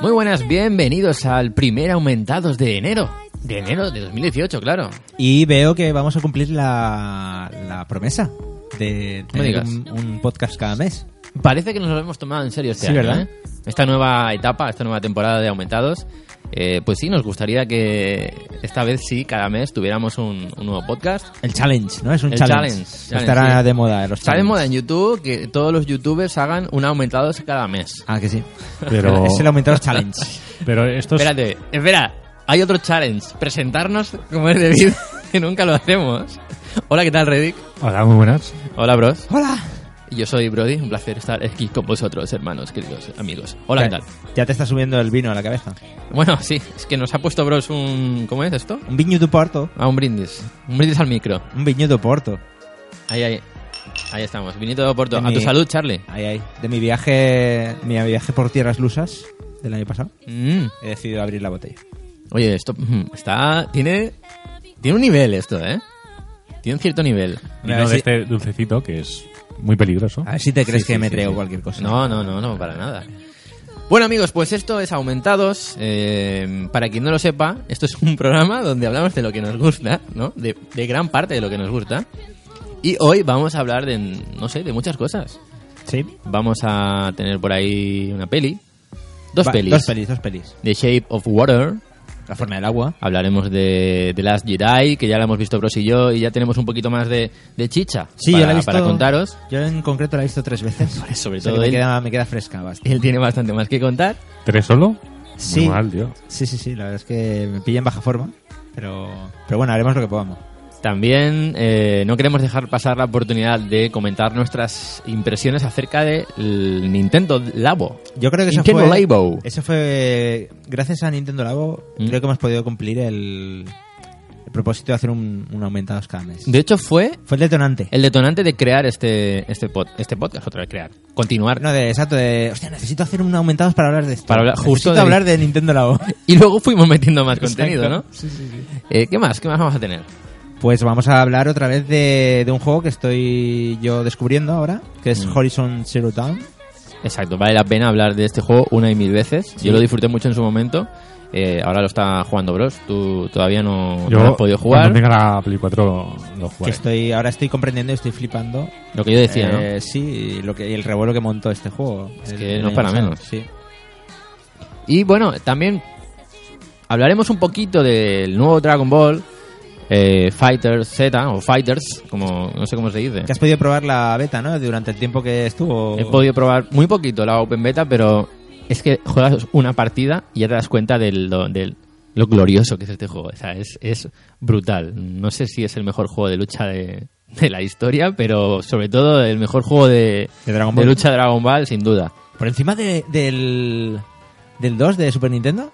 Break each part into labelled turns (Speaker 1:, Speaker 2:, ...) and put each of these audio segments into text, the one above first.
Speaker 1: Muy buenas, bienvenidos al primer Aumentados de enero. De enero de 2018, claro.
Speaker 2: Y veo que vamos a cumplir la, la promesa de
Speaker 1: No me
Speaker 2: tener
Speaker 1: digas.
Speaker 2: un, un podcast cada mes.
Speaker 1: Parece que nos lo hemos tomado en serio este
Speaker 2: Sí,
Speaker 1: año,
Speaker 2: ¿verdad?
Speaker 1: ¿eh? Esta nueva etapa, esta nueva temporada de Aumentados, eh, pues sí, nos gustaría que esta vez sí, cada mes tuviéramos un, un nuevo podcast.
Speaker 2: El challenge, ¿no? Es un
Speaker 1: El
Speaker 2: challenge.
Speaker 1: challenge, challenge,
Speaker 2: Estará
Speaker 1: sí.
Speaker 2: de moda los
Speaker 1: Está de
Speaker 2: challenges.
Speaker 1: moda en YouTube que todos los youtubers hagan un Aumentados cada mes.
Speaker 2: Ah, que sí.
Speaker 3: Pero,
Speaker 2: Es el aumentados challenge.
Speaker 3: pero estos,
Speaker 1: Espérate, espera, hay otro challenge, presentarnos como es debido, que nunca lo hacemos. Hola, ¿qué tal, Reddick?
Speaker 3: Hola, Ah, muy buenas.
Speaker 1: Hola, bros.
Speaker 2: ¡Hola!
Speaker 1: Yo soy Brody, un placer estar aquí con vosotros, hermanos, queridos amigos. Hola, ¿qué
Speaker 2: Ya-
Speaker 1: tal?
Speaker 2: Ya te está subiendo el vino a la cabeza.
Speaker 1: Bueno, sí, es que nos ha puesto Bros un... ¿Cómo es esto?
Speaker 2: Un viño de Porto.
Speaker 1: Ah, un brindis. Un brindis al micro.
Speaker 2: Un viño de Porto.
Speaker 1: Ahí, ahí. Ahí estamos. Vinito de Oporto.
Speaker 2: En
Speaker 1: A tu
Speaker 2: mi-
Speaker 1: salud, Charlie.
Speaker 2: Ahí, ahí. De mi viaje, mi viaje por tierras lusas del año pasado,
Speaker 1: Mm.
Speaker 2: he decidido abrir la botella.
Speaker 1: Oye, esto mm, está... Tiene... Tiene un nivel esto, ¿eh? Tiene un cierto nivel.
Speaker 3: Y
Speaker 2: A
Speaker 3: no
Speaker 2: ver
Speaker 3: de
Speaker 2: si-
Speaker 3: este dulcecito que es muy peligroso.
Speaker 2: A ver si te crees
Speaker 1: Sí,
Speaker 2: que
Speaker 1: sí,
Speaker 2: me
Speaker 1: sí,
Speaker 2: traigo
Speaker 1: sí.
Speaker 2: cualquier cosa.
Speaker 1: No, no, no, no, para nada. Bueno amigos, pues esto es Aumentados. Eh, para quien no lo sepa, esto es un programa donde hablamos de lo que nos gusta, ¿no? De, de gran parte de lo que nos gusta. Y hoy vamos a hablar de, no sé, de muchas cosas.
Speaker 2: Sí.
Speaker 1: Vamos a tener por ahí una peli. Dos
Speaker 2: Va,
Speaker 1: pelis.
Speaker 2: Dos pelis, dos pelis.
Speaker 1: The Shape of Water.
Speaker 2: La forma del agua.
Speaker 1: Hablaremos de The Last Jedi, que ya la hemos visto Bros y yo, y ya tenemos un poquito más de, de chicha
Speaker 2: Sí,
Speaker 1: para,
Speaker 2: yo la he visto.
Speaker 1: para contaros.
Speaker 2: Yo en concreto la he visto tres veces.
Speaker 1: Por eso, sobre
Speaker 2: O sea que
Speaker 1: todo
Speaker 2: me
Speaker 1: él.
Speaker 2: queda, me queda fresca bastante.
Speaker 1: Él tiene bastante más que contar.
Speaker 3: ¿Tres solo?
Speaker 2: Sí.
Speaker 3: Muy mal, tío.
Speaker 2: Sí, sí, sí. La verdad es que me pilla en baja forma. Pero, pero bueno, haremos lo que podamos.
Speaker 1: También eh, no queremos dejar pasar la oportunidad de comentar nuestras impresiones acerca del Nintendo Labo.
Speaker 2: Yo creo que eso
Speaker 1: Nintendo
Speaker 2: fue.
Speaker 1: Labo.
Speaker 2: Eso fue. Gracias a Nintendo Labo,
Speaker 1: Mm.
Speaker 2: creo que hemos podido cumplir el, el propósito de hacer un, un aumentados cada mes.
Speaker 1: De hecho, fue
Speaker 2: fue el detonante.
Speaker 1: el detonante de crear este, este, pod- este podcast, otra vez crear, continuar.
Speaker 2: No, de exacto, de. Hostia, necesito hacer un aumentados para hablar de esto.
Speaker 1: Para hablar-
Speaker 2: Necesito
Speaker 1: justo de-
Speaker 2: hablar de Nintendo Labo.
Speaker 1: Y luego fuimos metiendo más contenido, ¿no?
Speaker 2: Exacto. Sí, sí, sí.
Speaker 1: Eh, ¿Qué más? ¿Qué más vamos a tener?
Speaker 2: Pues vamos a hablar otra vez de, de un juego que estoy yo descubriendo ahora, que es
Speaker 1: Mm.
Speaker 2: Horizon Zero Dawn.
Speaker 1: Exacto, vale la pena hablar de este juego una y mil veces.
Speaker 2: Sí.
Speaker 1: Yo lo disfruté mucho en su momento. Eh, ahora lo está jugando Bros. Tú todavía no,
Speaker 3: Yo,
Speaker 1: no lo has podido jugar.
Speaker 3: Cuando tenga la Play 4 lo, lo
Speaker 2: Que
Speaker 3: jugaré.
Speaker 2: estoy, ahora estoy comprendiendo y estoy flipando.
Speaker 1: Lo que yo decía, ¿no?
Speaker 2: eh, Sí, y lo que, y el revuelo que montó este juego.
Speaker 1: Es
Speaker 2: El-
Speaker 1: que
Speaker 2: el
Speaker 1: no
Speaker 2: año
Speaker 1: para
Speaker 2: pasado,
Speaker 1: menos.
Speaker 2: Sí.
Speaker 1: Y bueno, también hablaremos un poquito del nuevo Dragon Ball eh, Fighter Z o Fighters, como no sé cómo se dice.
Speaker 2: Que has podido probar la beta, ¿no? Durante el tiempo que estuvo.
Speaker 1: He podido probar muy poquito la Open Beta, pero es que juegas una partida y ya te das cuenta del, lo, del- lo glorioso que es este juego. O sea, es, es brutal. No sé si es el mejor juego de lucha de, de la historia, pero sobre todo el mejor juego de,
Speaker 2: De Dragon
Speaker 1: de
Speaker 2: Ball.
Speaker 1: lucha de Dragon Ball, sin duda.
Speaker 2: Por encima de- del. Del 2 de Super Nintendo.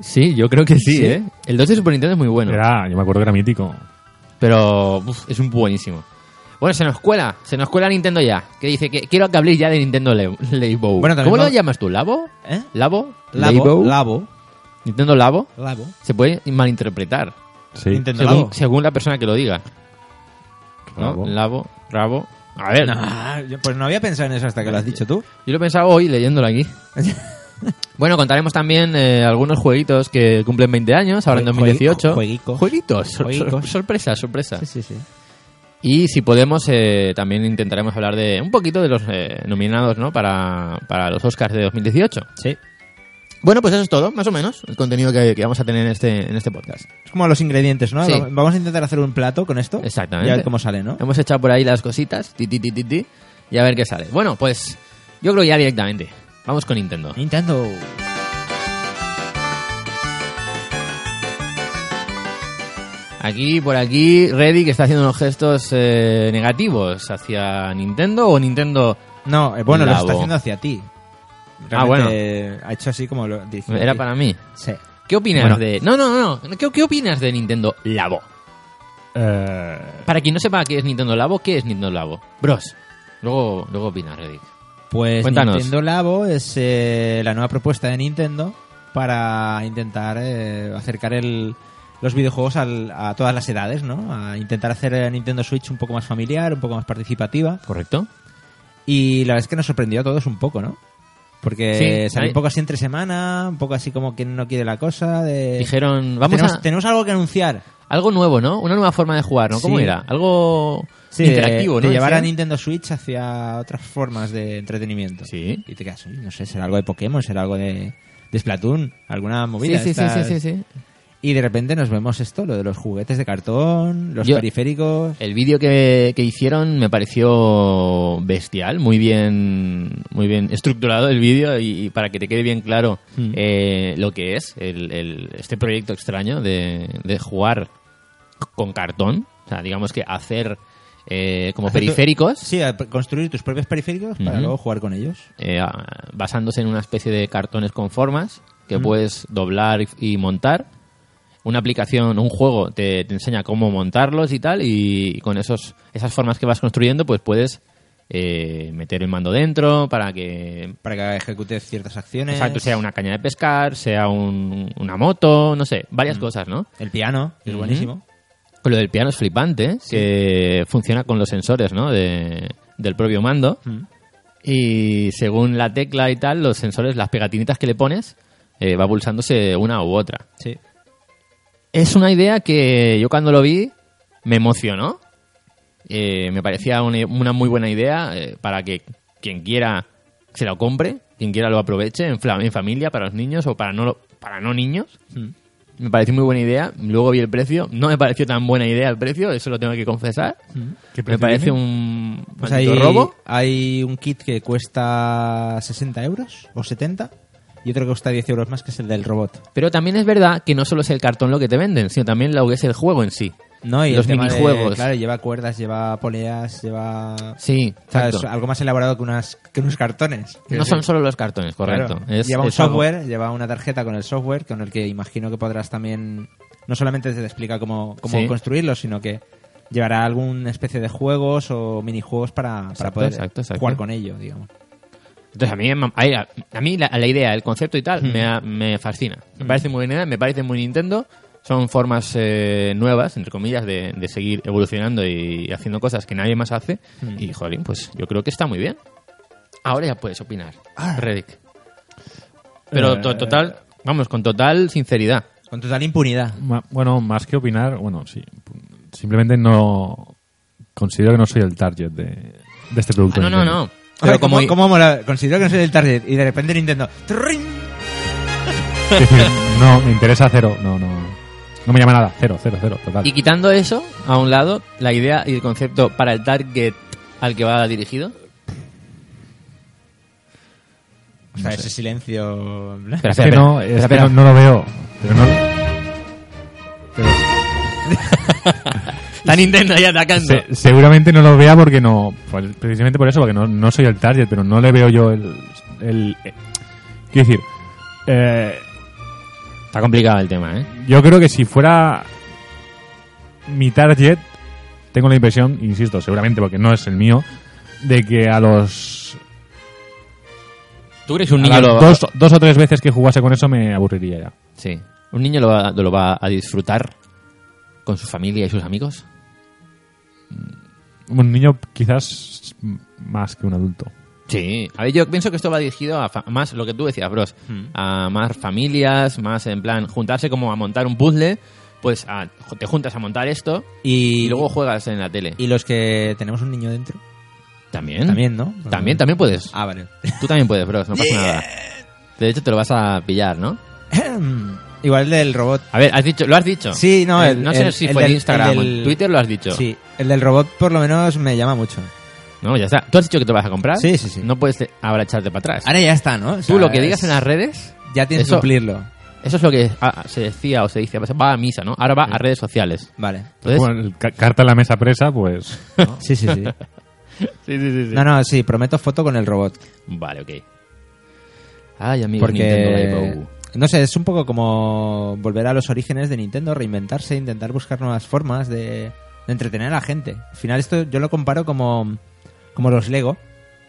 Speaker 1: Sí, yo creo que sí,
Speaker 2: ¿Sí?
Speaker 1: ¿eh? El 2 de Super Nintendo es muy bueno.
Speaker 3: Era- yo me acuerdo que era mítico.
Speaker 1: Pero uf, es un buenísimo. Bueno, se nos cuela, se nos cuela Nintendo ya. Que dice que quiero que habléis ya de Nintendo Le- Labo.
Speaker 2: Bueno, también
Speaker 1: ¿Cómo lo
Speaker 2: va-
Speaker 1: llamas tú? ¿Labo?
Speaker 2: ¿Eh?
Speaker 1: ¿Labo?
Speaker 2: Labo.
Speaker 1: ¿Labo?
Speaker 2: Labo.
Speaker 1: ¿Nintendo Labo?
Speaker 2: Labo.
Speaker 1: Se puede malinterpretar.
Speaker 3: Sí.
Speaker 2: Nintendo Labo.
Speaker 1: Según, según la persona que lo diga. ¿no?
Speaker 3: Labo.
Speaker 1: Labo, rabo. A ver,
Speaker 2: Ah, yo- pues no había pensado en eso hasta que lo has dicho tú.
Speaker 1: yo lo pensaba hoy leyéndolo aquí. Bueno, contaremos también eh, algunos jueguitos que cumplen 20 años, ahora en
Speaker 2: Jue-
Speaker 1: 2018.
Speaker 2: jueguico.
Speaker 1: Jueguitos. sor- sor-
Speaker 2: Jueguicos.
Speaker 1: sorpresa, sorpresa.
Speaker 2: Sí, sí, sí.
Speaker 1: Y si podemos, eh, también intentaremos hablar de un poquito de los eh, nominados ¿no? para, para los Oscars de 2018.
Speaker 2: Sí.
Speaker 1: Bueno, pues eso es todo, más o menos, el contenido que, que vamos a tener en este, en este podcast.
Speaker 2: Es como los ingredientes, ¿no?
Speaker 1: Sí.
Speaker 2: Va- Vamos a intentar hacer un plato con esto.
Speaker 1: Exactamente.
Speaker 2: Y a ver cómo sale, ¿no?
Speaker 1: Hemos echado por ahí las cositas, ti, ti, ti, ti, ti, y a ver qué sale. Bueno, pues yo creo ya directamente. Vamos con Nintendo.
Speaker 2: Nintendo.
Speaker 1: Aquí, por aquí, Reddy que está haciendo unos gestos eh, negativos hacia Nintendo o Nintendo...
Speaker 2: No, eh, bueno, lo
Speaker 1: Labo.
Speaker 2: está haciendo hacia ti.
Speaker 1: Ah, bueno.
Speaker 2: Realmente, eh, Ha hecho así como lo dice.
Speaker 1: Era para mí.
Speaker 2: Sí.
Speaker 1: ¿Qué opinas
Speaker 3: Bueno.
Speaker 1: de...? No, no, no. ¿Qué, qué opinas de Nintendo Labo?
Speaker 3: Eh,
Speaker 1: Para quien no sepa qué es Nintendo Labo, ¿qué es Nintendo Labo? Bros. Luego, luego opinas, Reddy.
Speaker 2: Pues
Speaker 1: Cuéntanos.
Speaker 2: Nintendo Labo es eh, la nueva propuesta de Nintendo para intentar eh, acercar el- los videojuegos al- a todas las edades, ¿no? A intentar hacer a Nintendo Switch un poco más familiar, un poco más participativa.
Speaker 1: ¿Correcto?
Speaker 2: Y la verdad es que nos sorprendió a todos un poco, ¿no? Porque
Speaker 1: Sí,
Speaker 2: salió
Speaker 1: ahí-
Speaker 2: un poco así entre semana, un poco así como quien no quiere la cosa. De...
Speaker 1: Eh, Dijeron, vamos
Speaker 2: tenemos,
Speaker 1: a...
Speaker 2: tenemos algo que anunciar.
Speaker 1: Algo nuevo, ¿no? Una nueva forma de jugar, ¿no? ¿Cómo
Speaker 2: Sí.
Speaker 1: era? Algo
Speaker 2: Sí, de-
Speaker 1: interactivo,
Speaker 2: de,
Speaker 1: ¿no?
Speaker 2: llevar a
Speaker 1: Decían.
Speaker 2: Nintendo Switch hacia otras formas de entretenimiento.
Speaker 1: Sí.
Speaker 2: Y te quedas, "Uy, no sé, será algo de Pokémon, será algo de, de Splatoon, alguna movida.
Speaker 1: sí, sí, sí,
Speaker 2: estas".
Speaker 1: sí, sí, sí.
Speaker 2: Y de repente nos vemos esto, lo de los juguetes de cartón, los
Speaker 1: Yo- Eh.
Speaker 2: periféricos.
Speaker 1: El vídeo que, que hicieron me pareció bestial, muy bien, muy bien estructurado el vídeo y, y para que te quede bien claro
Speaker 2: Mm.
Speaker 1: eh, lo que es el- el- este proyecto extraño de, de jugar con cartón, o sea, digamos que hacer eh, como
Speaker 2: Hacer tu-
Speaker 1: periféricos
Speaker 2: Sí, a p- construir tus propios periféricos para
Speaker 1: Ujú.
Speaker 2: luego jugar con ellos.
Speaker 1: eh, a- basándose en una especie de cartones con formas que
Speaker 2: Mm.
Speaker 1: puedes doblar y- y montar. Una aplicación, un juego, te, te enseña cómo montarlos y tal, y con esos, esas formas que vas construyendo, pues puedes eh, meter el mando dentro para que
Speaker 2: Para que ejecutes ciertas acciones.
Speaker 1: exacto, sea una caña de pescar, sea un- una moto, no sé, varias cosas, ¿no?
Speaker 2: El piano, que es
Speaker 1: Ujú.
Speaker 2: buenísimo.
Speaker 1: Lo del piano es flipante, ¿eh? que funciona con los sensores, ¿no? De- del propio mando.
Speaker 2: Mm.
Speaker 1: Y según la tecla y tal, los sensores, las pegatinitas que le pones, eh, va pulsándose una u otra.
Speaker 2: Sí.
Speaker 1: Es una idea que yo cuando lo vi me emocionó. Eh, me parecía una, una muy buena idea eh, para que quien quiera se lo compre, quien quiera lo aproveche en, fla- en familia, para los niños o para no, lo- para no niños.
Speaker 2: Mm.
Speaker 1: Me pareció muy buena idea. Luego vi el precio. No me pareció tan buena idea el precio, eso lo tengo que confesar.
Speaker 3: ¿Qué
Speaker 1: Me
Speaker 3: precio
Speaker 1: parece
Speaker 3: tiene?
Speaker 1: un
Speaker 2: Pues hay,
Speaker 1: maldito robo.
Speaker 2: hay un kit que cuesta 60 euros o 70 y otro que cuesta 10 euros más, que es el del robot.
Speaker 1: Pero también es verdad que no solo es el cartón lo que te venden, sino también lo que es el juego en sí.
Speaker 2: ¿no? Y el
Speaker 1: Los
Speaker 2: tema de-
Speaker 1: minijuegos.
Speaker 2: claro, lleva cuerdas, lleva poleas, lleva...
Speaker 1: Sí,
Speaker 2: o sea, es
Speaker 1: exacto.
Speaker 2: algo más elaborado que, unas, que unos cartones. Quiero
Speaker 1: No son
Speaker 2: decir,
Speaker 1: solo los cartones, correcto.
Speaker 2: claro,
Speaker 1: Es-
Speaker 2: lleva un
Speaker 1: es algo-
Speaker 2: software, lleva una tarjeta con el software, con el que imagino que podrás también... No solamente te explica cómo, cómo
Speaker 1: Sí.
Speaker 2: construirlo, sino que llevará alguna especie de juegos o minijuegos para, para
Speaker 1: Exacto,
Speaker 2: poder
Speaker 1: exacto, exacto.
Speaker 2: jugar con ello, digamos.
Speaker 1: Entonces, a mí, em- a, a- a mí la, la idea, el concepto y tal, me, ha- me fascina. Me parece muy buena, me parece muy Nintendo. Son formas eh, nuevas, entre comillas, de, de seguir evolucionando y haciendo cosas que nadie más hace. Y, jolín, pues yo creo que está muy bien. Ahora ya puedes opinar, Reddick. Pero to- total, vamos, con total sinceridad.
Speaker 2: Con total impunidad.
Speaker 3: Ma- bueno, más que opinar, bueno, sí. Simplemente no. Considero que no soy el target de, de este
Speaker 1: Ah,
Speaker 3: producto.
Speaker 1: no, no,
Speaker 3: Nintendo.
Speaker 1: no. Pero
Speaker 2: Ay,
Speaker 1: como,
Speaker 2: ¿cómo, cómo mola? Considero que no soy del target y de repente Nintendo. ¡Trin!
Speaker 3: no, me interesa cero. No, no. No me llama nada. Cero, cero, cero. Total.
Speaker 1: Y quitando eso, a un lado, la idea y el concepto para el target al que va dirigido.
Speaker 2: O sea, ese silencio. en blanco.
Speaker 1: Espera,
Speaker 3: Es que no, es que
Speaker 1: espera,
Speaker 3: no,
Speaker 1: espera.
Speaker 3: no lo veo. Pero no- pero
Speaker 1: La Nintendo ahí atacando.
Speaker 3: se- seguramente no lo vea porque no. por- Precisamente por eso, porque no, no soy el target, pero no le veo yo el. el eh, quiero decir. Eh,
Speaker 1: Está complicado el tema, ¿eh?
Speaker 3: Yo creo que si fuera mi target, tengo la impresión, insisto, seguramente porque no es el mío, de que a los
Speaker 1: ¿Tú crees que un
Speaker 3: a
Speaker 1: niño
Speaker 3: las
Speaker 1: lo va
Speaker 3: dos, dos o tres veces que jugase con eso me aburriría ya.
Speaker 1: Sí. ¿Un niño lo va, lo va a disfrutar con su familia y sus amigos?
Speaker 3: Un niño quizás más que un adulto.
Speaker 1: Sí. A ver, yo pienso que esto va dirigido a fa- más lo que tú decías, bros.
Speaker 2: Mm.
Speaker 1: A más familias, más en plan juntarse como a montar un puzzle. Pues a- te juntas a montar esto
Speaker 2: Y,
Speaker 1: y, luego juegas en la tele.
Speaker 2: y los que tenemos un niño dentro.
Speaker 1: ¿También?
Speaker 2: También, ¿no?
Speaker 1: También, también puedes.
Speaker 2: Ah, vale.
Speaker 1: Tú también puedes, bros. No pasa nada. De hecho, te lo vas a pillar, ¿no?
Speaker 2: Igual el del robot.
Speaker 1: A ver, has dicho, ¿lo has dicho?
Speaker 2: Sí, no,
Speaker 1: Eh,
Speaker 2: el-
Speaker 1: no sé
Speaker 2: el-
Speaker 1: si
Speaker 2: el
Speaker 1: fue en
Speaker 2: del-
Speaker 1: Instagram
Speaker 2: el
Speaker 1: o en
Speaker 2: del-
Speaker 1: Twitter, lo has dicho.
Speaker 2: Sí, el del robot por lo menos me llama mucho.
Speaker 1: No, ya está. Tú has dicho que te lo vas a comprar.
Speaker 2: Sí, sí, sí.
Speaker 1: No puedes te- ahora echarte para atrás.
Speaker 2: Ahora ya está, ¿no? O sea,
Speaker 1: Tú lo que digas
Speaker 2: es-
Speaker 1: en las redes,
Speaker 2: Ya tienes
Speaker 1: eso-
Speaker 2: que cumplirlo.
Speaker 1: eso es lo que ah, se decía o se dice. pues, Va a misa, ¿no? Ahora va a redes sociales.
Speaker 2: Vale.
Speaker 1: Entonces,
Speaker 3: Bueno, el ca- carta a la mesa presa, pues.
Speaker 2: Sí, sí, sí.
Speaker 1: sí, sí, sí, sí.
Speaker 2: No, no, sí, prometo foto con el robot.
Speaker 1: Vale, ok. Ay, amigo, Nintendo
Speaker 2: Porque.
Speaker 1: Live. oh.
Speaker 2: No sé, es un poco como volver a los orígenes de Nintendo, reinventarse, intentar buscar nuevas formas de, de entretener a la gente. Al final, esto yo lo comparo como, como los Lego.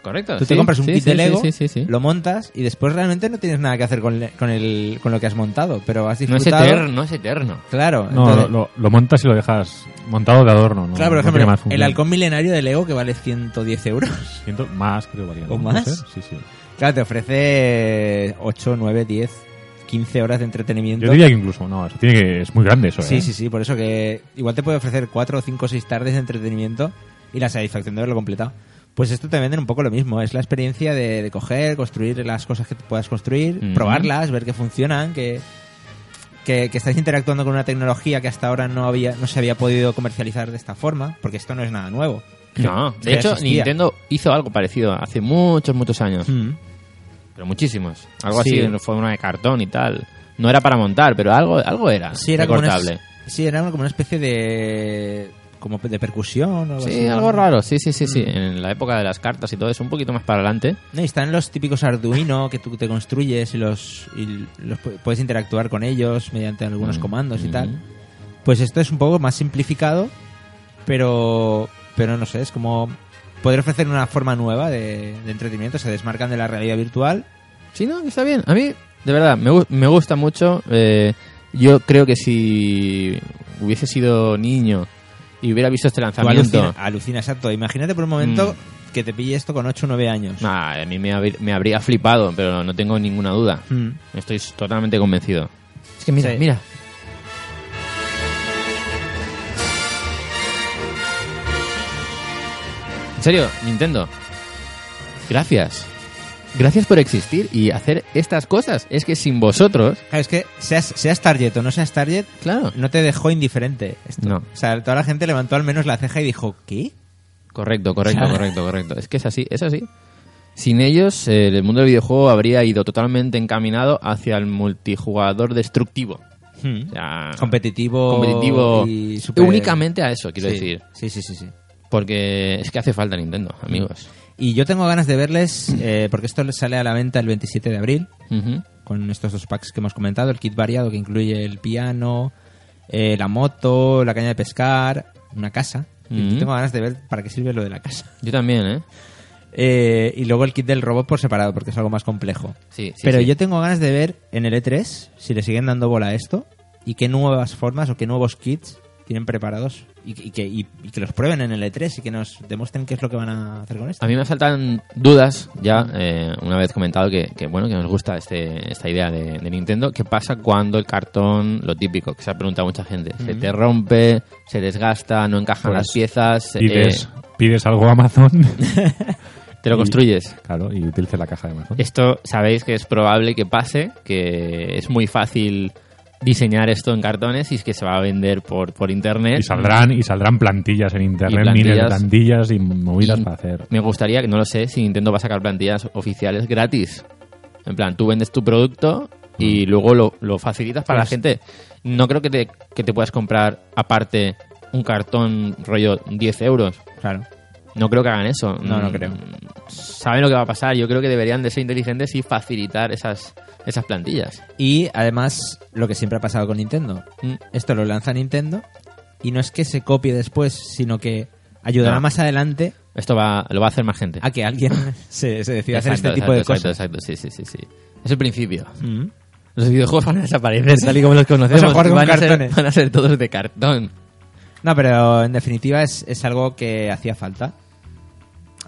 Speaker 1: Correcto.
Speaker 2: Tú
Speaker 1: sí,
Speaker 2: te compras un
Speaker 1: sí,
Speaker 2: kit
Speaker 1: sí,
Speaker 2: de Lego,
Speaker 1: Sí, sí, sí. sí.
Speaker 2: lo montas y después realmente no tienes nada que hacer con, le- con, el, con lo que has montado, pero has
Speaker 1: No es
Speaker 2: disfrutado.
Speaker 1: eterno, no es eterno.
Speaker 2: Claro,
Speaker 3: No,
Speaker 2: entonces-
Speaker 3: lo, lo- lo montas y lo dejas montado de adorno. ¿no?
Speaker 2: claro, por
Speaker 3: No
Speaker 2: ejemplo,
Speaker 3: tiene más función.
Speaker 2: el halcón milenario de Lego que vale 110 euros.
Speaker 3: Ciento- más, creo, valía. ¿no?
Speaker 2: ¿O
Speaker 3: No
Speaker 2: más?
Speaker 3: sé. Sí, sí.
Speaker 2: Claro, te ofrece 8, 9, 10, 15 horas de entretenimiento.
Speaker 3: Yo diría que incluso, no, eso tiene que, es muy grande eso, ¿eh?
Speaker 2: Sí, sí, sí, por eso que igual te puede ofrecer 4, 5, 6 tardes de entretenimiento y la satisfacción de haberlo completado. Pues esto te venden un poco lo mismo, es la experiencia de, de coger, construir las cosas que te puedas construir,
Speaker 1: Ujú.
Speaker 2: probarlas, ver que funcionan, que, que, que estás interactuando con una tecnología que hasta ahora no, había, no se había podido comercializar de esta forma, porque esto no es nada nuevo.
Speaker 1: No,
Speaker 2: Es
Speaker 1: de
Speaker 2: que
Speaker 1: hecho,
Speaker 2: existía.
Speaker 1: Nintendo hizo algo parecido hace muchos, muchos años.
Speaker 2: Mm.
Speaker 1: Pero muchísimos. Algo
Speaker 2: Sí.
Speaker 1: así, en forma de cartón y tal. No era para montar, pero algo, algo era.
Speaker 2: Sí, era como una,
Speaker 1: recortable.
Speaker 2: sí, era como una especie de como de percusión o algo
Speaker 1: Sí,
Speaker 2: así, Mm. ¿no?
Speaker 1: algo raro. Sí, sí, sí, sí. En la época de las cartas y todo eso, un poquito más para adelante.
Speaker 2: No, y están los típicos Arduino que tú te construyes y los, y los pu- puedes interactuar con ellos mediante algunos
Speaker 1: Mm,
Speaker 2: comandos y
Speaker 1: mm.
Speaker 2: tal. Pues esto es un poco más simplificado, pero pero no sé, es como poder ofrecer una forma nueva de, de entretenimiento, se desmarcan de la realidad virtual.
Speaker 1: Sí, no, está bien. A mí, de verdad, me, gu- me gusta mucho. Eh, yo creo que si hubiese sido niño y hubiera visto este
Speaker 2: Tú
Speaker 1: lanzamiento,
Speaker 2: alucina, alucina, exacto. Imagínate por un momento
Speaker 1: Mm.
Speaker 2: que te pille esto con 8 o 9 años.
Speaker 1: nah, a mí me, habr- me habría flipado, pero no tengo ninguna duda.
Speaker 2: Mm.
Speaker 1: Estoy totalmente convencido. Es que mira,
Speaker 2: Sí.
Speaker 1: mira. En serio, Nintendo. Gracias. Gracias por existir y hacer estas cosas. Es que sin vosotros,
Speaker 2: Claro, es que seas, seas Target o no seas Target,
Speaker 1: claro.
Speaker 2: no te dejó indiferente esto.
Speaker 1: No.
Speaker 2: O sea, toda la gente levantó al menos la ceja y dijo, ¿qué?
Speaker 1: Correcto, correcto,
Speaker 2: Claro.
Speaker 1: correcto, correcto. Es que es así, es así. Sin ellos, eh, el mundo del videojuego habría ido totalmente encaminado hacia el multijugador destructivo.
Speaker 2: Mm.
Speaker 1: O sea,
Speaker 2: competitivo,
Speaker 1: competitivo
Speaker 2: y super-
Speaker 1: únicamente a eso, quiero
Speaker 2: Sí,
Speaker 1: decir.
Speaker 2: Sí, sí, sí, sí.
Speaker 1: Porque es que hace falta Nintendo, amigos.
Speaker 2: Y yo tengo ganas de verles, eh, porque esto les sale a la venta el 27 de abril,
Speaker 1: Ujú.
Speaker 2: con estos dos packs que hemos comentado, el kit variado que incluye el piano, eh, la moto, la caña de pescar, una casa. Y
Speaker 1: Ujú.
Speaker 2: tengo ganas de ver para qué sirve lo de la casa.
Speaker 1: Yo también, ¿eh?
Speaker 2: Eh, y luego el kit del robot por separado, porque es algo más complejo.
Speaker 1: Sí, sí,
Speaker 2: Pero
Speaker 1: sí.
Speaker 2: yo tengo ganas de ver en el E3 si le siguen dando bola a esto y qué nuevas formas o qué nuevos kits tienen preparados y, que- y que, y- y que los prueben en el E3 y que nos demuestren qué es lo que van a hacer con esto.
Speaker 1: A mí me saltan dudas, ya eh, una vez comentado que, que, bueno, que nos gusta este, esta idea de, de Nintendo. ¿Qué pasa cuando el cartón, lo típico, que se ha preguntado mucha gente, se te rompe, se desgasta, no encajan
Speaker 3: Pues,
Speaker 1: las piezas,
Speaker 3: Pides,
Speaker 1: eh,
Speaker 3: pides algo a Amazon,
Speaker 1: te lo
Speaker 3: y-
Speaker 1: construyes?
Speaker 3: claro, y utilizas la caja de Amazon.
Speaker 1: Esto sabéis que es probable que pase, que es muy fácil diseñar esto en cartones y es que se va a vender por, por internet.
Speaker 3: Y saldrán, y saldrán plantillas en internet,
Speaker 1: Y
Speaker 3: miles de
Speaker 1: plantillas.
Speaker 3: plantillas y movidas
Speaker 1: Y
Speaker 3: para hacer.
Speaker 1: Me gustaría, que no lo sé, si Nintendo va a sacar plantillas oficiales gratis. En plan, tú vendes tu producto y luego lo, lo facilitas para
Speaker 3: Pues-
Speaker 1: la gente. No creo que te, que te puedas comprar aparte un cartón rollo 10 euros.
Speaker 2: Claro.
Speaker 1: No creo que hagan eso.
Speaker 2: No, no
Speaker 1: Mm,
Speaker 2: creo.
Speaker 1: Saben lo que va a pasar. Yo creo que deberían de ser inteligentes y facilitar esas, esas plantillas.
Speaker 2: Y además, lo que siempre ha pasado con Nintendo.
Speaker 1: Mm.
Speaker 2: Esto lo lanza Nintendo y no es que se copie después, sino que ayudará
Speaker 1: No.
Speaker 2: más adelante
Speaker 1: Esto va, lo va a hacer más gente.
Speaker 2: a que alguien se, se decida hacer este
Speaker 1: Exacto,
Speaker 2: tipo de
Speaker 1: exacto,
Speaker 2: cosas.
Speaker 1: Exacto, exacto. Sí, sí, sí, sí. Es el principio.
Speaker 2: Mm.
Speaker 1: Los videojuegos van a desaparecer tal y como los conocemos.
Speaker 2: Vas a jugar con
Speaker 1: van, a ser,
Speaker 2: cartones.
Speaker 1: van a ser todos de cartón.
Speaker 2: No, pero en definitiva es, es algo que hacía falta.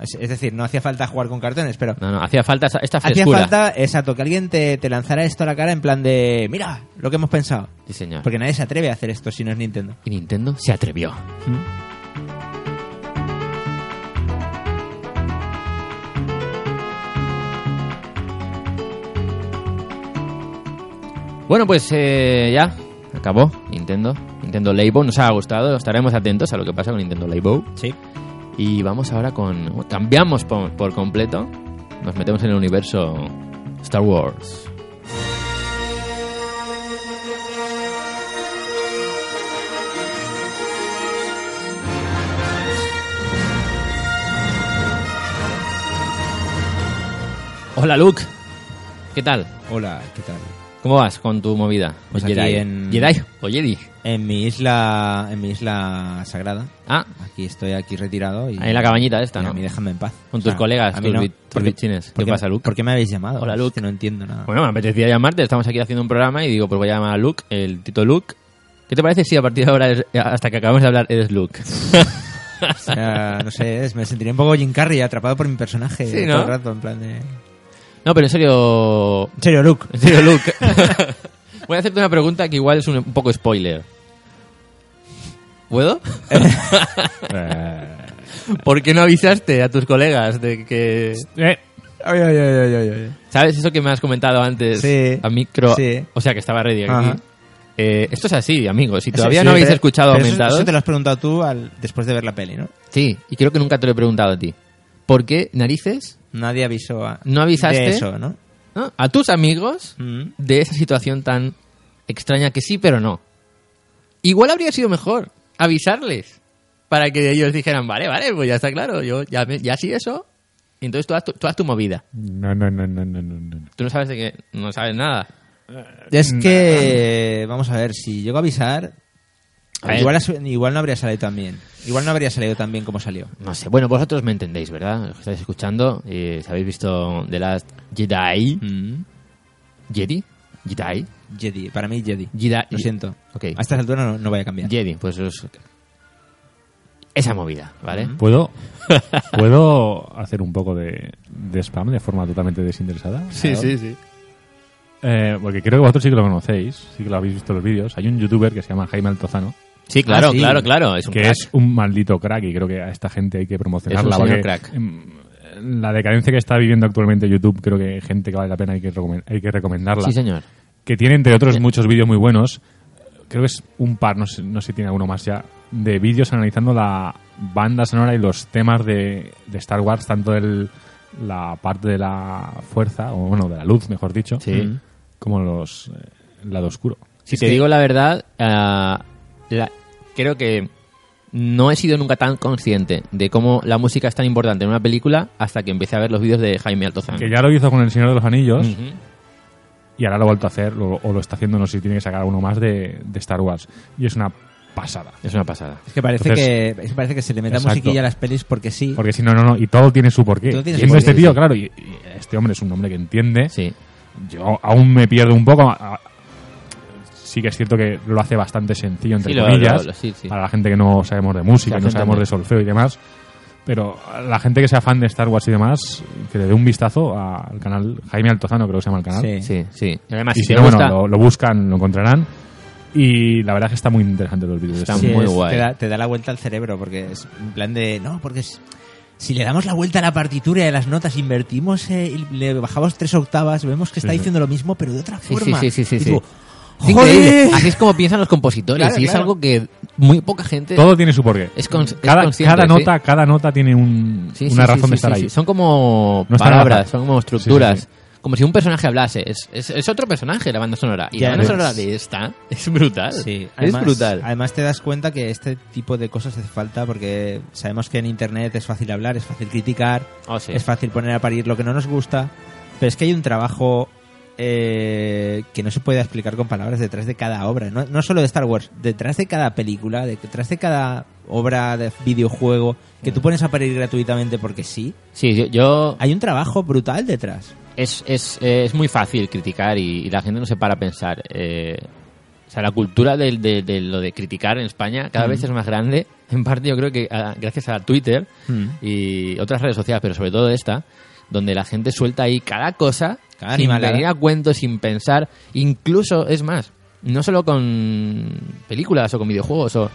Speaker 2: Es, es decir, no hacía falta jugar con cartones, pero
Speaker 1: No, no, hacía falta esa- esta
Speaker 2: hacía
Speaker 1: frescura.
Speaker 2: falta, exacto, que alguien te, te lanzara esto a la cara en plan de, mira, lo que hemos pensado.
Speaker 1: Sí, señor.
Speaker 2: Porque nadie se atreve a hacer esto si no es Nintendo.
Speaker 1: Y Nintendo se atrevió.
Speaker 2: ¿Mm?
Speaker 1: Bueno, pues eh, ya. Acabó Nintendo. Nintendo Labo. Nos ha gustado. Estaremos atentos a lo que pasa con Nintendo Labo.
Speaker 2: Sí.
Speaker 1: Y vamos ahora con... Cambiamos por, por completo. Nos metemos en el universo Star Wars. Hola Luke, ¿qué tal?
Speaker 2: Hola, ¿qué tal?
Speaker 1: ¿Cómo vas con tu movida?
Speaker 2: Pues aquí en-
Speaker 1: Jedi o Jedi.
Speaker 2: En mi isla, en mi isla sagrada.
Speaker 1: Ah,
Speaker 2: Aquí estoy aquí retirado y
Speaker 1: ahí en la cabañita esta,
Speaker 2: y a
Speaker 1: ¿no?
Speaker 2: mí déjame en paz.
Speaker 1: Con tus colegas,
Speaker 2: a mí
Speaker 1: tus bit- tus
Speaker 2: ¿Por qué-
Speaker 1: bitchines. ¿Qué
Speaker 2: por
Speaker 1: pasa, Luke?
Speaker 2: ¿Por qué me habéis llamado?
Speaker 1: Hola,
Speaker 2: Es
Speaker 1: Luke.
Speaker 2: que no entiendo nada.
Speaker 1: Bueno, me apetecía llamarte, estamos aquí haciendo un programa y digo, pues voy a llamar a Luke, el Tito Luke. ¿Qué te parece si a partir de ahora, eres- hasta que acabamos de hablar, eres Luke?
Speaker 2: O sea, no sé, es- me sentiría un poco Jim Carrey atrapado por mi personaje
Speaker 1: Sí,
Speaker 2: todo
Speaker 1: ¿no?
Speaker 2: el rato, en plan de... En
Speaker 1: No, pero en serio,
Speaker 2: serio, Luke.
Speaker 1: en serio, Luke. voy a hacerte una pregunta que igual es un, un poco spoiler. ¿Puedo?
Speaker 3: Eh,
Speaker 1: ¿Por qué no avisaste a tus colegas de que...
Speaker 3: Eh,
Speaker 2: Ay, ay, ay, ay, ay, ay.
Speaker 1: ¿Sabes eso que me has comentado antes
Speaker 2: Sí,
Speaker 1: a micro?
Speaker 2: sí.
Speaker 1: O sea, que estaba ready
Speaker 2: Ajá.
Speaker 1: aquí. Eh, esto es así, amigos. Si todavía
Speaker 2: Sí,
Speaker 1: no
Speaker 2: sí,
Speaker 1: habéis
Speaker 2: pero-
Speaker 1: escuchado
Speaker 2: pero eso-
Speaker 1: aumentados...
Speaker 2: Eso te lo has preguntado tú al- después de ver la peli, ¿no?
Speaker 1: Sí, y creo que nunca te lo he preguntado a ti. ¿Por qué narices
Speaker 2: Nadie avisó a...
Speaker 1: ¿No avisaste?
Speaker 2: De eso, ¿no?
Speaker 1: ¿no? a tus amigos
Speaker 2: Mm.
Speaker 1: de esa situación tan extraña que sí, pero no? Igual habría sido mejor avisarles para que ellos dijeran, vale, vale, pues ya está claro, yo ya, me- ya sí eso. Y entonces tú haz, tu, tú haz tu movida.
Speaker 3: No, no, no, no, no, no, no.
Speaker 1: Tú no sabes de qué, no sabes nada.
Speaker 2: Es que, vamos a ver, si llego a avisar,
Speaker 1: A ver.
Speaker 2: igual, as- igual no habría salido tan bien. Igual no habría salido tan bien como salió.
Speaker 1: No sé, bueno, vosotros me entendéis, ¿verdad? Los que estáis escuchando, eh, si habéis visto The Last Jedi.
Speaker 2: Mm.
Speaker 1: ¿Jedi? ¿Jedi?
Speaker 2: Jedi, para mí Jedi.
Speaker 1: Jedi.
Speaker 2: Lo siento.
Speaker 1: Ok.
Speaker 2: A estas alturas no, no voy a cambiar.
Speaker 1: Jedi, pues os- esa movida, ¿vale?
Speaker 3: ¿Puedo, ¿Puedo hacer un poco de, de spam de forma totalmente desinteresada?
Speaker 1: sí.
Speaker 3: Eh, porque creo que vosotros sí que lo conocéis, sí que lo habéis visto en los vídeos. Hay un youtuber que se llama Jaime Altozano,
Speaker 1: Sí, claro,
Speaker 2: Ah, sí.
Speaker 1: claro, claro. Es un
Speaker 3: que
Speaker 1: crack.
Speaker 3: es un maldito crack y creo que a esta gente hay que promocionarla.
Speaker 1: Es un señor
Speaker 3: porque,
Speaker 1: crack.
Speaker 3: mm, La decadencia que está viviendo actualmente YouTube, creo que gente que vale la pena hay que, recomen- hay que recomendarla.
Speaker 1: Sí, señor.
Speaker 3: que tiene entre otros muchos vídeos muy buenos. Creo que es un par, no sé, no sé si tiene alguno más ya, de vídeos analizando la banda sonora y los temas de, de Star Wars, tanto el, la parte de la fuerza, o bueno, de la luz, mejor dicho,
Speaker 1: Sí.
Speaker 3: mm, como los eh, el lado oscuro.
Speaker 1: Si
Speaker 3: Es
Speaker 1: te
Speaker 3: que-
Speaker 1: digo la verdad, ah, la- creo que no he sido nunca tan consciente de cómo la música es tan importante en una película hasta que empecé a ver los vídeos de Jaime Altozano.
Speaker 3: que ya lo hizo con El Señor de los Anillos
Speaker 1: Ujú.
Speaker 3: y ahora lo ha vuelto a hacer, o, o lo está haciendo, no sé si tiene que sacar uno más de, de Star Wars. Y es una pasada.
Speaker 1: Es una pasada.
Speaker 2: Es que parece, que, es que parece que se le meta
Speaker 3: Exacto.
Speaker 2: musiquilla a las pelis porque sí.
Speaker 3: Porque si no, no, no, y todo tiene su porqué.
Speaker 2: Todo tiene
Speaker 3: Y
Speaker 2: su
Speaker 3: es de este
Speaker 2: porqué,
Speaker 3: tío,
Speaker 2: sí.
Speaker 3: claro, y, y este hombre es un hombre que entiende.
Speaker 1: Sí.
Speaker 3: Yo aún me pierdo un poco. a- a- Sí que es cierto que lo hace bastante sencillo, entre
Speaker 1: Sí, lo-
Speaker 3: comillas,
Speaker 1: lo- lo- sí, sí.
Speaker 3: para la gente que no sabemos de música,
Speaker 1: Sí,
Speaker 3: no sabemos
Speaker 1: entender.
Speaker 3: de solfeo y demás. Pero a la gente que sea fan de Star Wars y demás, que le dé un vistazo a- al canal Jaime Altozano, creo que se llama el canal.
Speaker 2: Sí.
Speaker 1: Sí, Ah, sí. Y Además,
Speaker 3: Y
Speaker 1: si
Speaker 3: si
Speaker 1: te
Speaker 3: no,
Speaker 1: gusta,
Speaker 3: bueno, lo, lo buscan, lo encontrarán. Y la verdad es que está muy interesante los vídeos. de
Speaker 1: Está
Speaker 3: este
Speaker 2: Sí,
Speaker 1: muy
Speaker 3: hombre.
Speaker 2: es-
Speaker 1: guay.
Speaker 2: Te da, te da la vuelta al cerebro porque es en plan de. No, porque es- si le damos la vuelta a la partitura y a las notas, invertimos, eh, y le bajamos tres octavas, vemos que está
Speaker 3: Sí, sí.
Speaker 2: diciendo lo mismo, pero de otra
Speaker 1: Sí,
Speaker 2: forma.
Speaker 1: sí, sí, sí,
Speaker 2: Y "Eh,
Speaker 1: sí,
Speaker 2: digo,
Speaker 1: es increíble.
Speaker 2: "Joder".
Speaker 1: Así es como piensan los compositores
Speaker 2: Claro,
Speaker 1: y es
Speaker 2: claro.
Speaker 1: algo que muy poca gente
Speaker 3: Todo tiene su porqué.
Speaker 1: es, cons- es
Speaker 3: cada,
Speaker 1: consciente,
Speaker 3: cada
Speaker 1: sí.
Speaker 3: nota, cada nota tiene un-
Speaker 1: Sí, sí,
Speaker 3: una
Speaker 1: sí,
Speaker 3: razón
Speaker 1: sí,
Speaker 3: de
Speaker 1: sí,
Speaker 3: estar
Speaker 1: sí.
Speaker 3: ahí.
Speaker 1: Son como
Speaker 3: No está
Speaker 1: palabras,
Speaker 3: nada.
Speaker 1: son como estructuras.
Speaker 3: Sí, sí,
Speaker 1: Como si un personaje hablase. Es, es, es otro personaje la banda sonora. Y la
Speaker 2: Ya
Speaker 1: banda
Speaker 2: ves.
Speaker 1: sonora de esta es brutal.
Speaker 2: Sí,
Speaker 1: es brutal.
Speaker 2: Además te das cuenta que este tipo de cosas hace falta porque sabemos que en internet es fácil hablar, es fácil criticar,
Speaker 1: Oh, sí.
Speaker 2: es fácil poner a parir lo que no nos gusta, pero es que hay un trabajo eh, que no se puede explicar con palabras detrás de cada obra, no, no solo de Star Wars, detrás de cada película, detrás de cada obra de videojuego que tú pones a parir gratuitamente porque sí,
Speaker 1: Sí, yo. yo-
Speaker 2: hay un trabajo brutal detrás.
Speaker 1: es, es, eh, es muy fácil criticar y, y la gente no se para a pensar. eh, o sea, la cultura del- de, de lo de criticar en España cada
Speaker 2: Mm.
Speaker 1: vez es más grande. En parte, yo creo que ah, gracias a Twitter
Speaker 2: Mm.
Speaker 1: y otras redes sociales, pero sobre todo esta, donde la gente suelta ahí cada cosa
Speaker 2: Cada
Speaker 1: sin
Speaker 2: animalada.
Speaker 1: venir a cuento, sin pensar, incluso, es más, no solo con películas o con videojuegos, o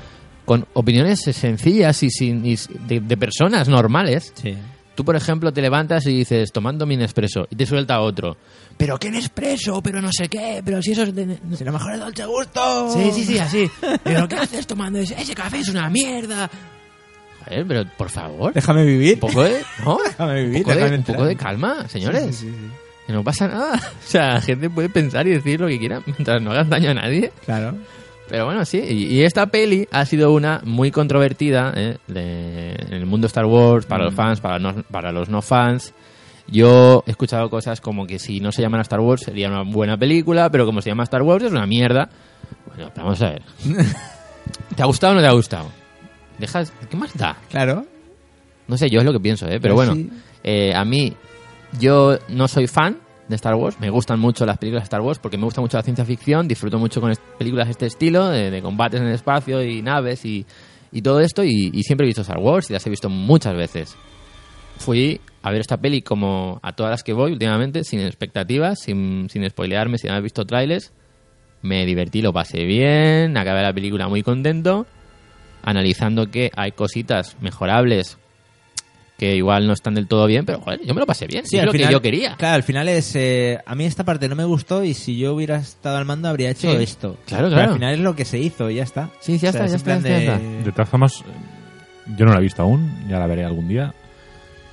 Speaker 1: con opiniones sencillas y, sin, y de, de personas normales,
Speaker 2: Sí.
Speaker 1: Tú, por ejemplo, te levantas y dices, tomando mi Nespresso, y te suelta otro. Pero qué Nespresso, pero no sé qué, pero si eso es de...
Speaker 2: Si lo mejor es dulce gusto.
Speaker 1: Sí, sí, sí, así. Pero ¿qué haces tomando ese, ese café? Es una mierda. Joder, pero por favor.
Speaker 2: Déjame vivir.
Speaker 1: Un poco de, ¿no?
Speaker 2: Déjame vivir,
Speaker 1: un poco, de,
Speaker 2: déjame
Speaker 1: un poco de
Speaker 2: entrar.
Speaker 1: calma,
Speaker 2: Sí,
Speaker 1: señores.
Speaker 2: sí, sí, sí.
Speaker 1: Que no pasa nada. O sea, la gente puede pensar y decir lo que quiera mientras no hagas daño a nadie.
Speaker 2: Claro.
Speaker 1: Pero bueno, sí. Y, y esta peli ha sido una muy controvertida ¿eh? de- en el mundo Star Wars, para los fans, para, no- para los no fans. Yo he escuchado cosas como que si no se llaman Star Wars sería una buena película, pero como se llama Star Wars es una mierda. Bueno, pero vamos a ver. ¿Te ha gustado o no te ha gustado? Dejas, ¿Qué más da?
Speaker 2: Claro.
Speaker 1: No sé, yo es lo que pienso, ¿eh? Pero
Speaker 2: Pues
Speaker 1: bueno,
Speaker 2: sí.
Speaker 1: eh, a mí, yo no soy fan de Star Wars, me gustan mucho las películas de Star Wars porque me gusta mucho la ciencia ficción, disfruto mucho con est- películas de este estilo, de, de combates en el espacio y naves y, y todo esto, y, y siempre he visto Star Wars y las he visto muchas veces. Fui a ver esta peli como a todas las que voy últimamente, sin expectativas, sin, sin spoilearme, sin haber visto trailers. Me divertí, lo pasé bien, acabé la película muy contento, analizando que hay cositas mejorables que igual no están del todo bien, pero joder, yo me lo pasé bien, es
Speaker 2: al
Speaker 1: lo
Speaker 2: final-
Speaker 1: que yo quería.
Speaker 2: Claro, al final es. eh, a mí esta parte no me gustó y si yo hubiera estado al mando habría hecho
Speaker 1: Sí.
Speaker 2: esto.
Speaker 1: Claro,
Speaker 2: Pero
Speaker 1: claro.
Speaker 2: al final es lo que se hizo y ya está.
Speaker 1: Sí, sí, ya está,
Speaker 2: es
Speaker 1: ya
Speaker 2: en
Speaker 1: está,
Speaker 2: plan
Speaker 1: ya está,
Speaker 2: de-
Speaker 3: De todas formas, yo no la he visto aún, ya la veré algún día.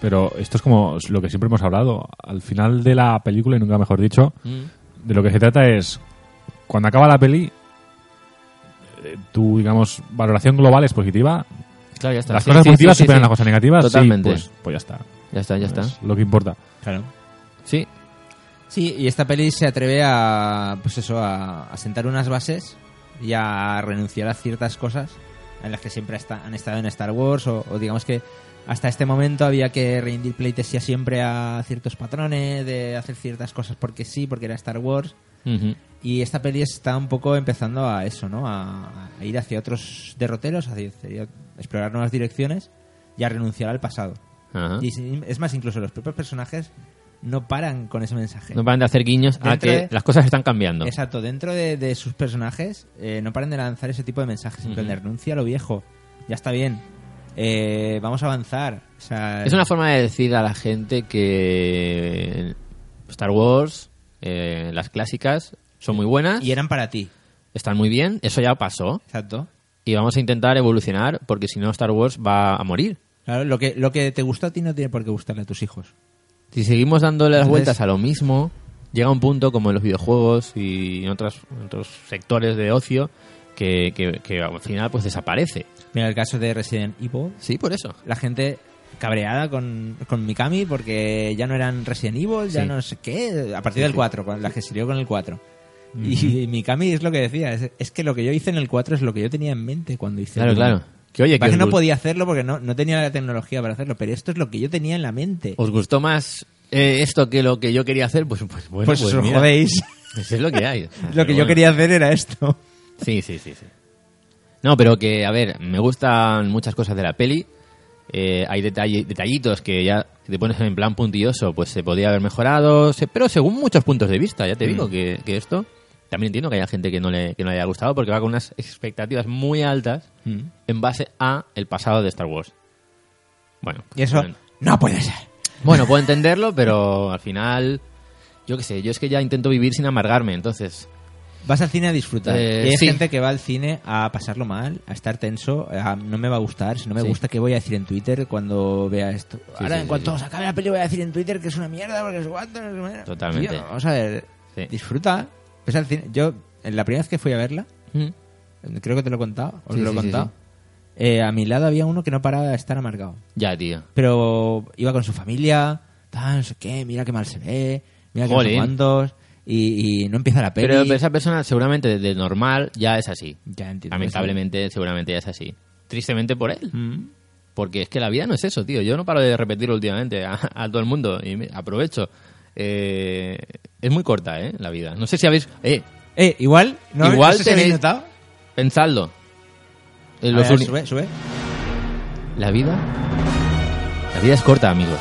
Speaker 3: Pero esto es como lo que siempre hemos hablado. Al final de la película, y nunca mejor dicho,
Speaker 1: Mm.
Speaker 3: de lo que se trata es, cuando acaba la peli, eh, tu, digamos, valoración global es positiva.
Speaker 1: Claro, ya está.
Speaker 3: Las
Speaker 1: Sí,
Speaker 3: cosas
Speaker 1: sí,
Speaker 3: positivas
Speaker 1: sí, sí,
Speaker 3: superan
Speaker 1: sí.
Speaker 3: las cosas Pues negativas. sí,
Speaker 1: Totalmente.
Speaker 3: pues, pues ya está.
Speaker 1: Ya está, ya está.
Speaker 3: Es lo que importa.
Speaker 2: Claro.
Speaker 1: Sí,
Speaker 2: Sí, y esta peli se atreve a, pues eso, a, a sentar unas bases y a renunciar a ciertas cosas en las que siempre esta- han estado en Star Wars o, o digamos que hasta este momento había que rendir pleitesía siempre a ciertos patrones de hacer ciertas cosas porque sí, porque era Star Wars
Speaker 1: Ujú.
Speaker 2: y esta peli está un poco empezando a eso, ¿no? A, a ir hacia otros derroteros, hacia, hacia explorar nuevas direcciones y a renunciar al pasado.
Speaker 1: Ajá.
Speaker 2: Y si- es más, incluso los propios personajes no paran con ese mensaje.
Speaker 1: No paran de hacer guiños a
Speaker 2: Dentro
Speaker 1: que
Speaker 2: de-
Speaker 1: las cosas están cambiando.
Speaker 2: Exacto, dentro de, de sus personajes eh, no paran de lanzar ese tipo de mensajes. En plan de renuncia a lo viejo, ya está bien, eh, vamos a avanzar. O sea,
Speaker 1: Es una forma de decir a la gente que eh, Star Wars, eh, las clásicas, son muy buenas,
Speaker 2: Y eran para ti,
Speaker 1: están muy bien, eso ya pasó,
Speaker 2: exacto.
Speaker 1: y vamos a intentar evolucionar, porque si no Star Wars va a morir.
Speaker 2: Claro, lo que, lo que te gustó a ti no tiene por qué gustarle a tus hijos.
Speaker 1: Si seguimos dándole las
Speaker 2: Entonces-
Speaker 1: vueltas a lo mismo, llega un punto como en los videojuegos y en otras, en otros sectores de ocio que, que- que al final pues desaparece.
Speaker 2: Mira el caso de Resident Evil,
Speaker 1: Sí, por eso.
Speaker 2: la gente cabreada con, con Mikami porque ya no eran Resident Evil, ya
Speaker 1: Sí.
Speaker 2: no sé qué, a partir del 4, con la que se lió con el 4. Y Mikami es lo que decía, es, es que lo que yo hice en el 4 es lo que yo tenía en mente cuando hice
Speaker 1: Claro,
Speaker 2: el uno.
Speaker 1: claro. Que oye, que
Speaker 2: Pasa que
Speaker 1: os
Speaker 2: no
Speaker 1: gust-
Speaker 2: podía hacerlo porque no, no tenía la tecnología para hacerlo, pero esto es lo que yo tenía en la mente.
Speaker 1: os gustó más eh, esto que lo que yo quería hacer, pues, pues bueno,
Speaker 2: pues,
Speaker 1: pues,
Speaker 2: os
Speaker 1: mira,
Speaker 2: jodéis.
Speaker 1: Eso es lo que hay.
Speaker 2: lo que yo
Speaker 1: Bueno.
Speaker 2: quería hacer era esto.
Speaker 1: Sí, sí, sí, sí. No, pero que, a ver, me gustan muchas cosas de la peli. Eh, hay detalle- detallitos que ya si te pones en plan puntilloso, pues se podía haber mejorado, se- pero según muchos puntos de vista, ya te
Speaker 2: Mm.
Speaker 1: digo que, que esto... También entiendo que haya gente que no, le, que no le haya gustado porque va con unas expectativas muy altas en base a el pasado de Star Wars. Bueno,
Speaker 2: Y eso
Speaker 1: bueno.
Speaker 2: no puede ser.
Speaker 1: Bueno, puedo entenderlo, pero al final, yo qué sé, yo es que ya intento vivir sin amargarme, entonces...
Speaker 2: Vas al cine a disfrutar.
Speaker 1: Eh,
Speaker 2: y hay
Speaker 1: sí.
Speaker 2: gente que va al cine a pasarlo mal, a estar tenso, a no me va a gustar, si no me
Speaker 1: Sí.
Speaker 2: gusta, ¿qué voy a decir en Twitter cuando vea esto? Ahora,
Speaker 1: sí,
Speaker 2: en
Speaker 1: sí,
Speaker 2: cuanto
Speaker 1: sí.
Speaker 2: se acabe la peli, voy a decir en Twitter que es una mierda porque es guato, no sé qué.
Speaker 1: Totalmente.
Speaker 2: Tío, vamos a ver,
Speaker 1: Sí.
Speaker 2: disfruta. Ves al cine. Yo, en la primera vez que fui a verla,
Speaker 1: mm,
Speaker 2: creo que te lo he contado, os
Speaker 1: Sí,
Speaker 2: lo he
Speaker 1: sí, sí,
Speaker 2: contado. eh, a mi lado había uno que no paraba de estar amargado.
Speaker 1: Ya, tío.
Speaker 2: pero iba con su familia, tal, no sé qué, mira qué mal se ve, mira qué no sé
Speaker 1: Jolín.
Speaker 2: cuántos, y, y no empieza la peli.
Speaker 1: Pero, pero esa persona seguramente desde normal ya es así.
Speaker 2: Ya entiendo.
Speaker 1: Lamentablemente, seguramente ya es así. Tristemente por él.
Speaker 2: Mm.
Speaker 1: Porque es que la vida no es eso, tío. Yo no paro de repetirlo últimamente a, a todo el mundo y me- aprovecho. Eh, es muy corta, ¿eh? La vida. No sé si habéis... Eh,
Speaker 2: Eh, igual, no,
Speaker 1: Igual
Speaker 2: no sé si habéis
Speaker 1: tenéis-
Speaker 2: notado.
Speaker 1: pensadlo. En
Speaker 2: A
Speaker 1: los
Speaker 2: ver,
Speaker 1: uni-
Speaker 2: sube, sube.
Speaker 1: La vida... La vida es corta, amigos.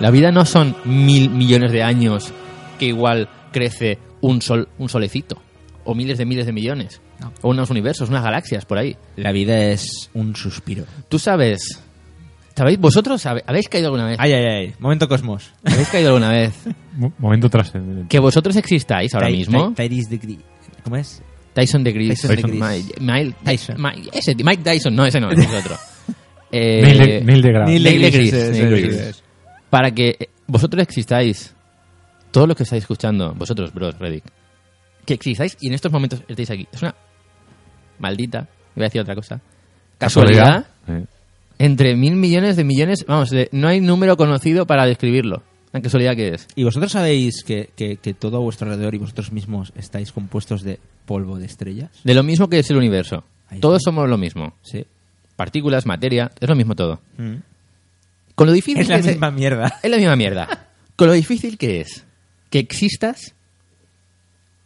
Speaker 1: La vida no son mil millones de años que igual crece un, sol, un solecito. O miles de miles de millones.
Speaker 2: No.
Speaker 1: O unos universos, unas galaxias por ahí.
Speaker 2: La vida es un suspiro.
Speaker 1: Tú sabes ¿Sabéis vosotros? habe- ¿Habéis caído alguna vez?
Speaker 2: Ay, ay, ay. Momento Cosmos.
Speaker 1: ¿Habéis caído alguna vez?
Speaker 3: Mo- Momento trascendente.
Speaker 1: Que vosotros existáis ahora
Speaker 2: Ty-
Speaker 1: mismo.
Speaker 2: Ty- Tyrese Degree. ¿Cómo es?
Speaker 1: Tyson de Gris.
Speaker 2: Tyson Tyson. DeGriff.
Speaker 1: Mike, Mike-
Speaker 2: Tyson.
Speaker 1: Mike- ese, Mike Dyson, no, ese no, ese es otro. Eh,
Speaker 3: Neil de- Neil deGrasse.
Speaker 1: Neil
Speaker 2: Neil
Speaker 1: deGrasse,
Speaker 2: deGrasse,
Speaker 1: Neil
Speaker 2: sí, sí,
Speaker 1: deGrasse.
Speaker 2: sí.
Speaker 1: Para que eh, vosotros existáis, todos los que estáis escuchando, vosotros, bros, Reddick, que existáis y en estos momentos estáis aquí. Es una maldita, iba a decir otra cosa, casualidad
Speaker 3: Eh,
Speaker 1: entre mil millones de millones, vamos, de- no hay número conocido para describirlo. La casualidad que es.
Speaker 2: ¿Y vosotros sabéis que, que, que todo a vuestro alrededor y vosotros mismos estáis compuestos de polvo de estrellas?
Speaker 1: De lo mismo que es el universo.
Speaker 2: Ahí está.
Speaker 1: Todos somos lo mismo.
Speaker 2: Sí.
Speaker 1: Partículas, materia, es lo mismo todo.
Speaker 2: Mm.
Speaker 1: Con lo difícil
Speaker 2: Es la
Speaker 1: que se-
Speaker 2: misma mierda.
Speaker 1: Es la misma mierda. Con lo difícil que es que existas.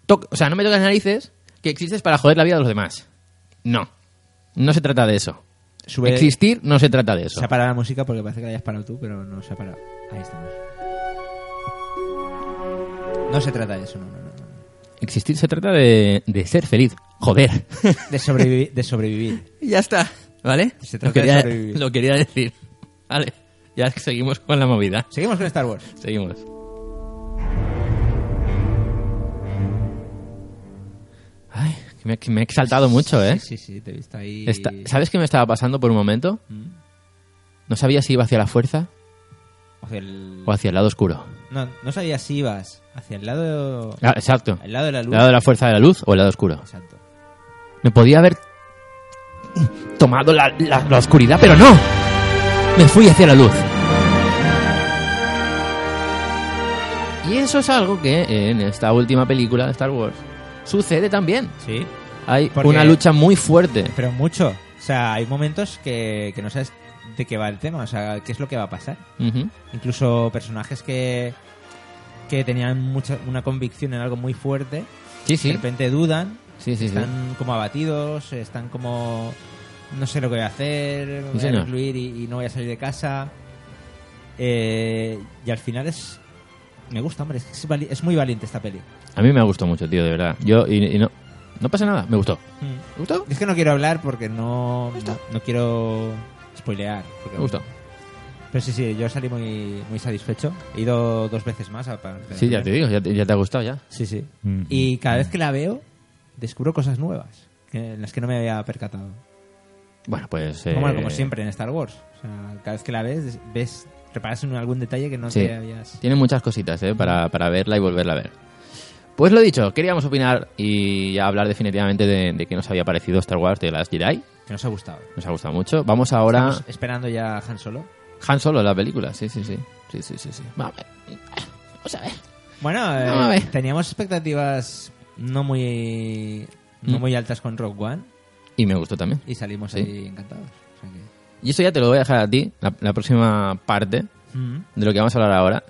Speaker 1: to- o sea, no me tocas narices que existes para joder la vida de los demás. No. No se trata de eso.
Speaker 2: Sube-
Speaker 1: Existir no se trata de eso.
Speaker 2: Se ha parado la música porque parece que la hayas parado tú, pero no se ha parado. Ahí estamos. No se trata de eso, no, no, no. no.
Speaker 1: Existir se trata de, de ser feliz. Joder.
Speaker 2: De, sobrevivir de sobrevivir.
Speaker 1: ya está. ¿Vale?
Speaker 2: Se
Speaker 1: lo,
Speaker 2: trata de
Speaker 1: quería,
Speaker 2: sobrevivir.
Speaker 1: lo quería decir. Vale. Ya seguimos con la movida.
Speaker 2: Seguimos con Star Wars.
Speaker 1: Seguimos. Ay, que me, que me he exaltado mucho, ¿eh?
Speaker 2: Sí, sí, sí, te he visto ahí.
Speaker 1: Esta- ¿Sabes qué me estaba pasando por un momento?
Speaker 2: Mm.
Speaker 1: No sabía si iba hacia la fuerza
Speaker 2: Hacia el-
Speaker 1: o hacia el lado oscuro.
Speaker 2: No, no sabía si ibas hacia el lado.
Speaker 1: Ah, exacto.
Speaker 2: Al lado de la
Speaker 1: ¿El
Speaker 2: luz.
Speaker 1: lado de la fuerza de la luz o el lado oscuro?
Speaker 2: Exacto.
Speaker 1: Me podía haber tomado la, la- la oscuridad, pero no. Me fui hacia la luz. Y eso es algo que en esta última película de Star Wars sucede también.
Speaker 2: Sí.
Speaker 1: Hay
Speaker 2: Porque-
Speaker 1: una lucha muy fuerte.
Speaker 2: Pero mucho. O sea, hay momentos que, que no sabes de qué va el tema. O sea, qué es lo que va a pasar.
Speaker 1: Ujú.
Speaker 2: Incluso personajes que. que tenían mucha, una convicción en algo muy fuerte.
Speaker 1: Sí,
Speaker 2: De
Speaker 1: sí.
Speaker 2: repente dudan.
Speaker 1: Sí, sí, sí.
Speaker 2: Están como abatidos. Están como. No sé lo que voy a hacer. Me
Speaker 1: Sí,
Speaker 2: voy a
Speaker 1: señor.
Speaker 2: recluir y, y no voy a salir de casa. Eh, y al final es. Me gusta, hombre. Es, que es vali- es muy valiente esta peli.
Speaker 1: A mí me gustó mucho, tío, de verdad. Yo, y, y no, no pasa nada, me gustó.
Speaker 2: Mm.
Speaker 1: ¿Me gustó?
Speaker 2: Es que no quiero hablar porque no, no, no quiero spoilear. porque-
Speaker 1: Me gustó.
Speaker 2: Pero sí, sí, yo salí muy, muy satisfecho. He ido dos veces más. aparte de
Speaker 1: Sí,
Speaker 2: la
Speaker 1: ya te
Speaker 2: primera.
Speaker 1: digo, ya te, ya te ha gustado ya.
Speaker 2: Sí, sí.
Speaker 3: Mm.
Speaker 2: Y cada vez que la veo, descubro cosas nuevas que- en las que no me había percatado.
Speaker 1: Bueno, pues... eh,
Speaker 2: Como, como siempre en Star Wars. O sea, cada vez que la ves, des- ves reparas en algún detalle que no
Speaker 1: Sí.
Speaker 2: te habías...
Speaker 1: Tiene muchas cositas, ¿eh? Para, para verla y volverla a ver. Pues lo dicho, queríamos opinar y ya hablar definitivamente de, de qué nos había parecido Star Wars de las Jedi.
Speaker 2: que nos ha gustado.
Speaker 1: Nos ha gustado mucho. Vamos ahora...
Speaker 2: Estamos esperando ya a Han Solo.
Speaker 1: Han Solo, la película. Sí, sí, sí. Sí, sí, sí, sí. Vamos a ver. Vamos a ver.
Speaker 2: Bueno, eh,
Speaker 1: Vamos a ver.
Speaker 2: teníamos expectativas no muy, no
Speaker 1: Mm.
Speaker 2: muy altas con Rogue One
Speaker 1: Y me gustó también.
Speaker 2: y salimos
Speaker 1: Sí.
Speaker 2: ahí encantados. O sea que-
Speaker 1: Y eso ya te lo voy a dejar a ti, la- la próxima parte
Speaker 2: Mm.
Speaker 1: de lo que vamos a hablar ahora.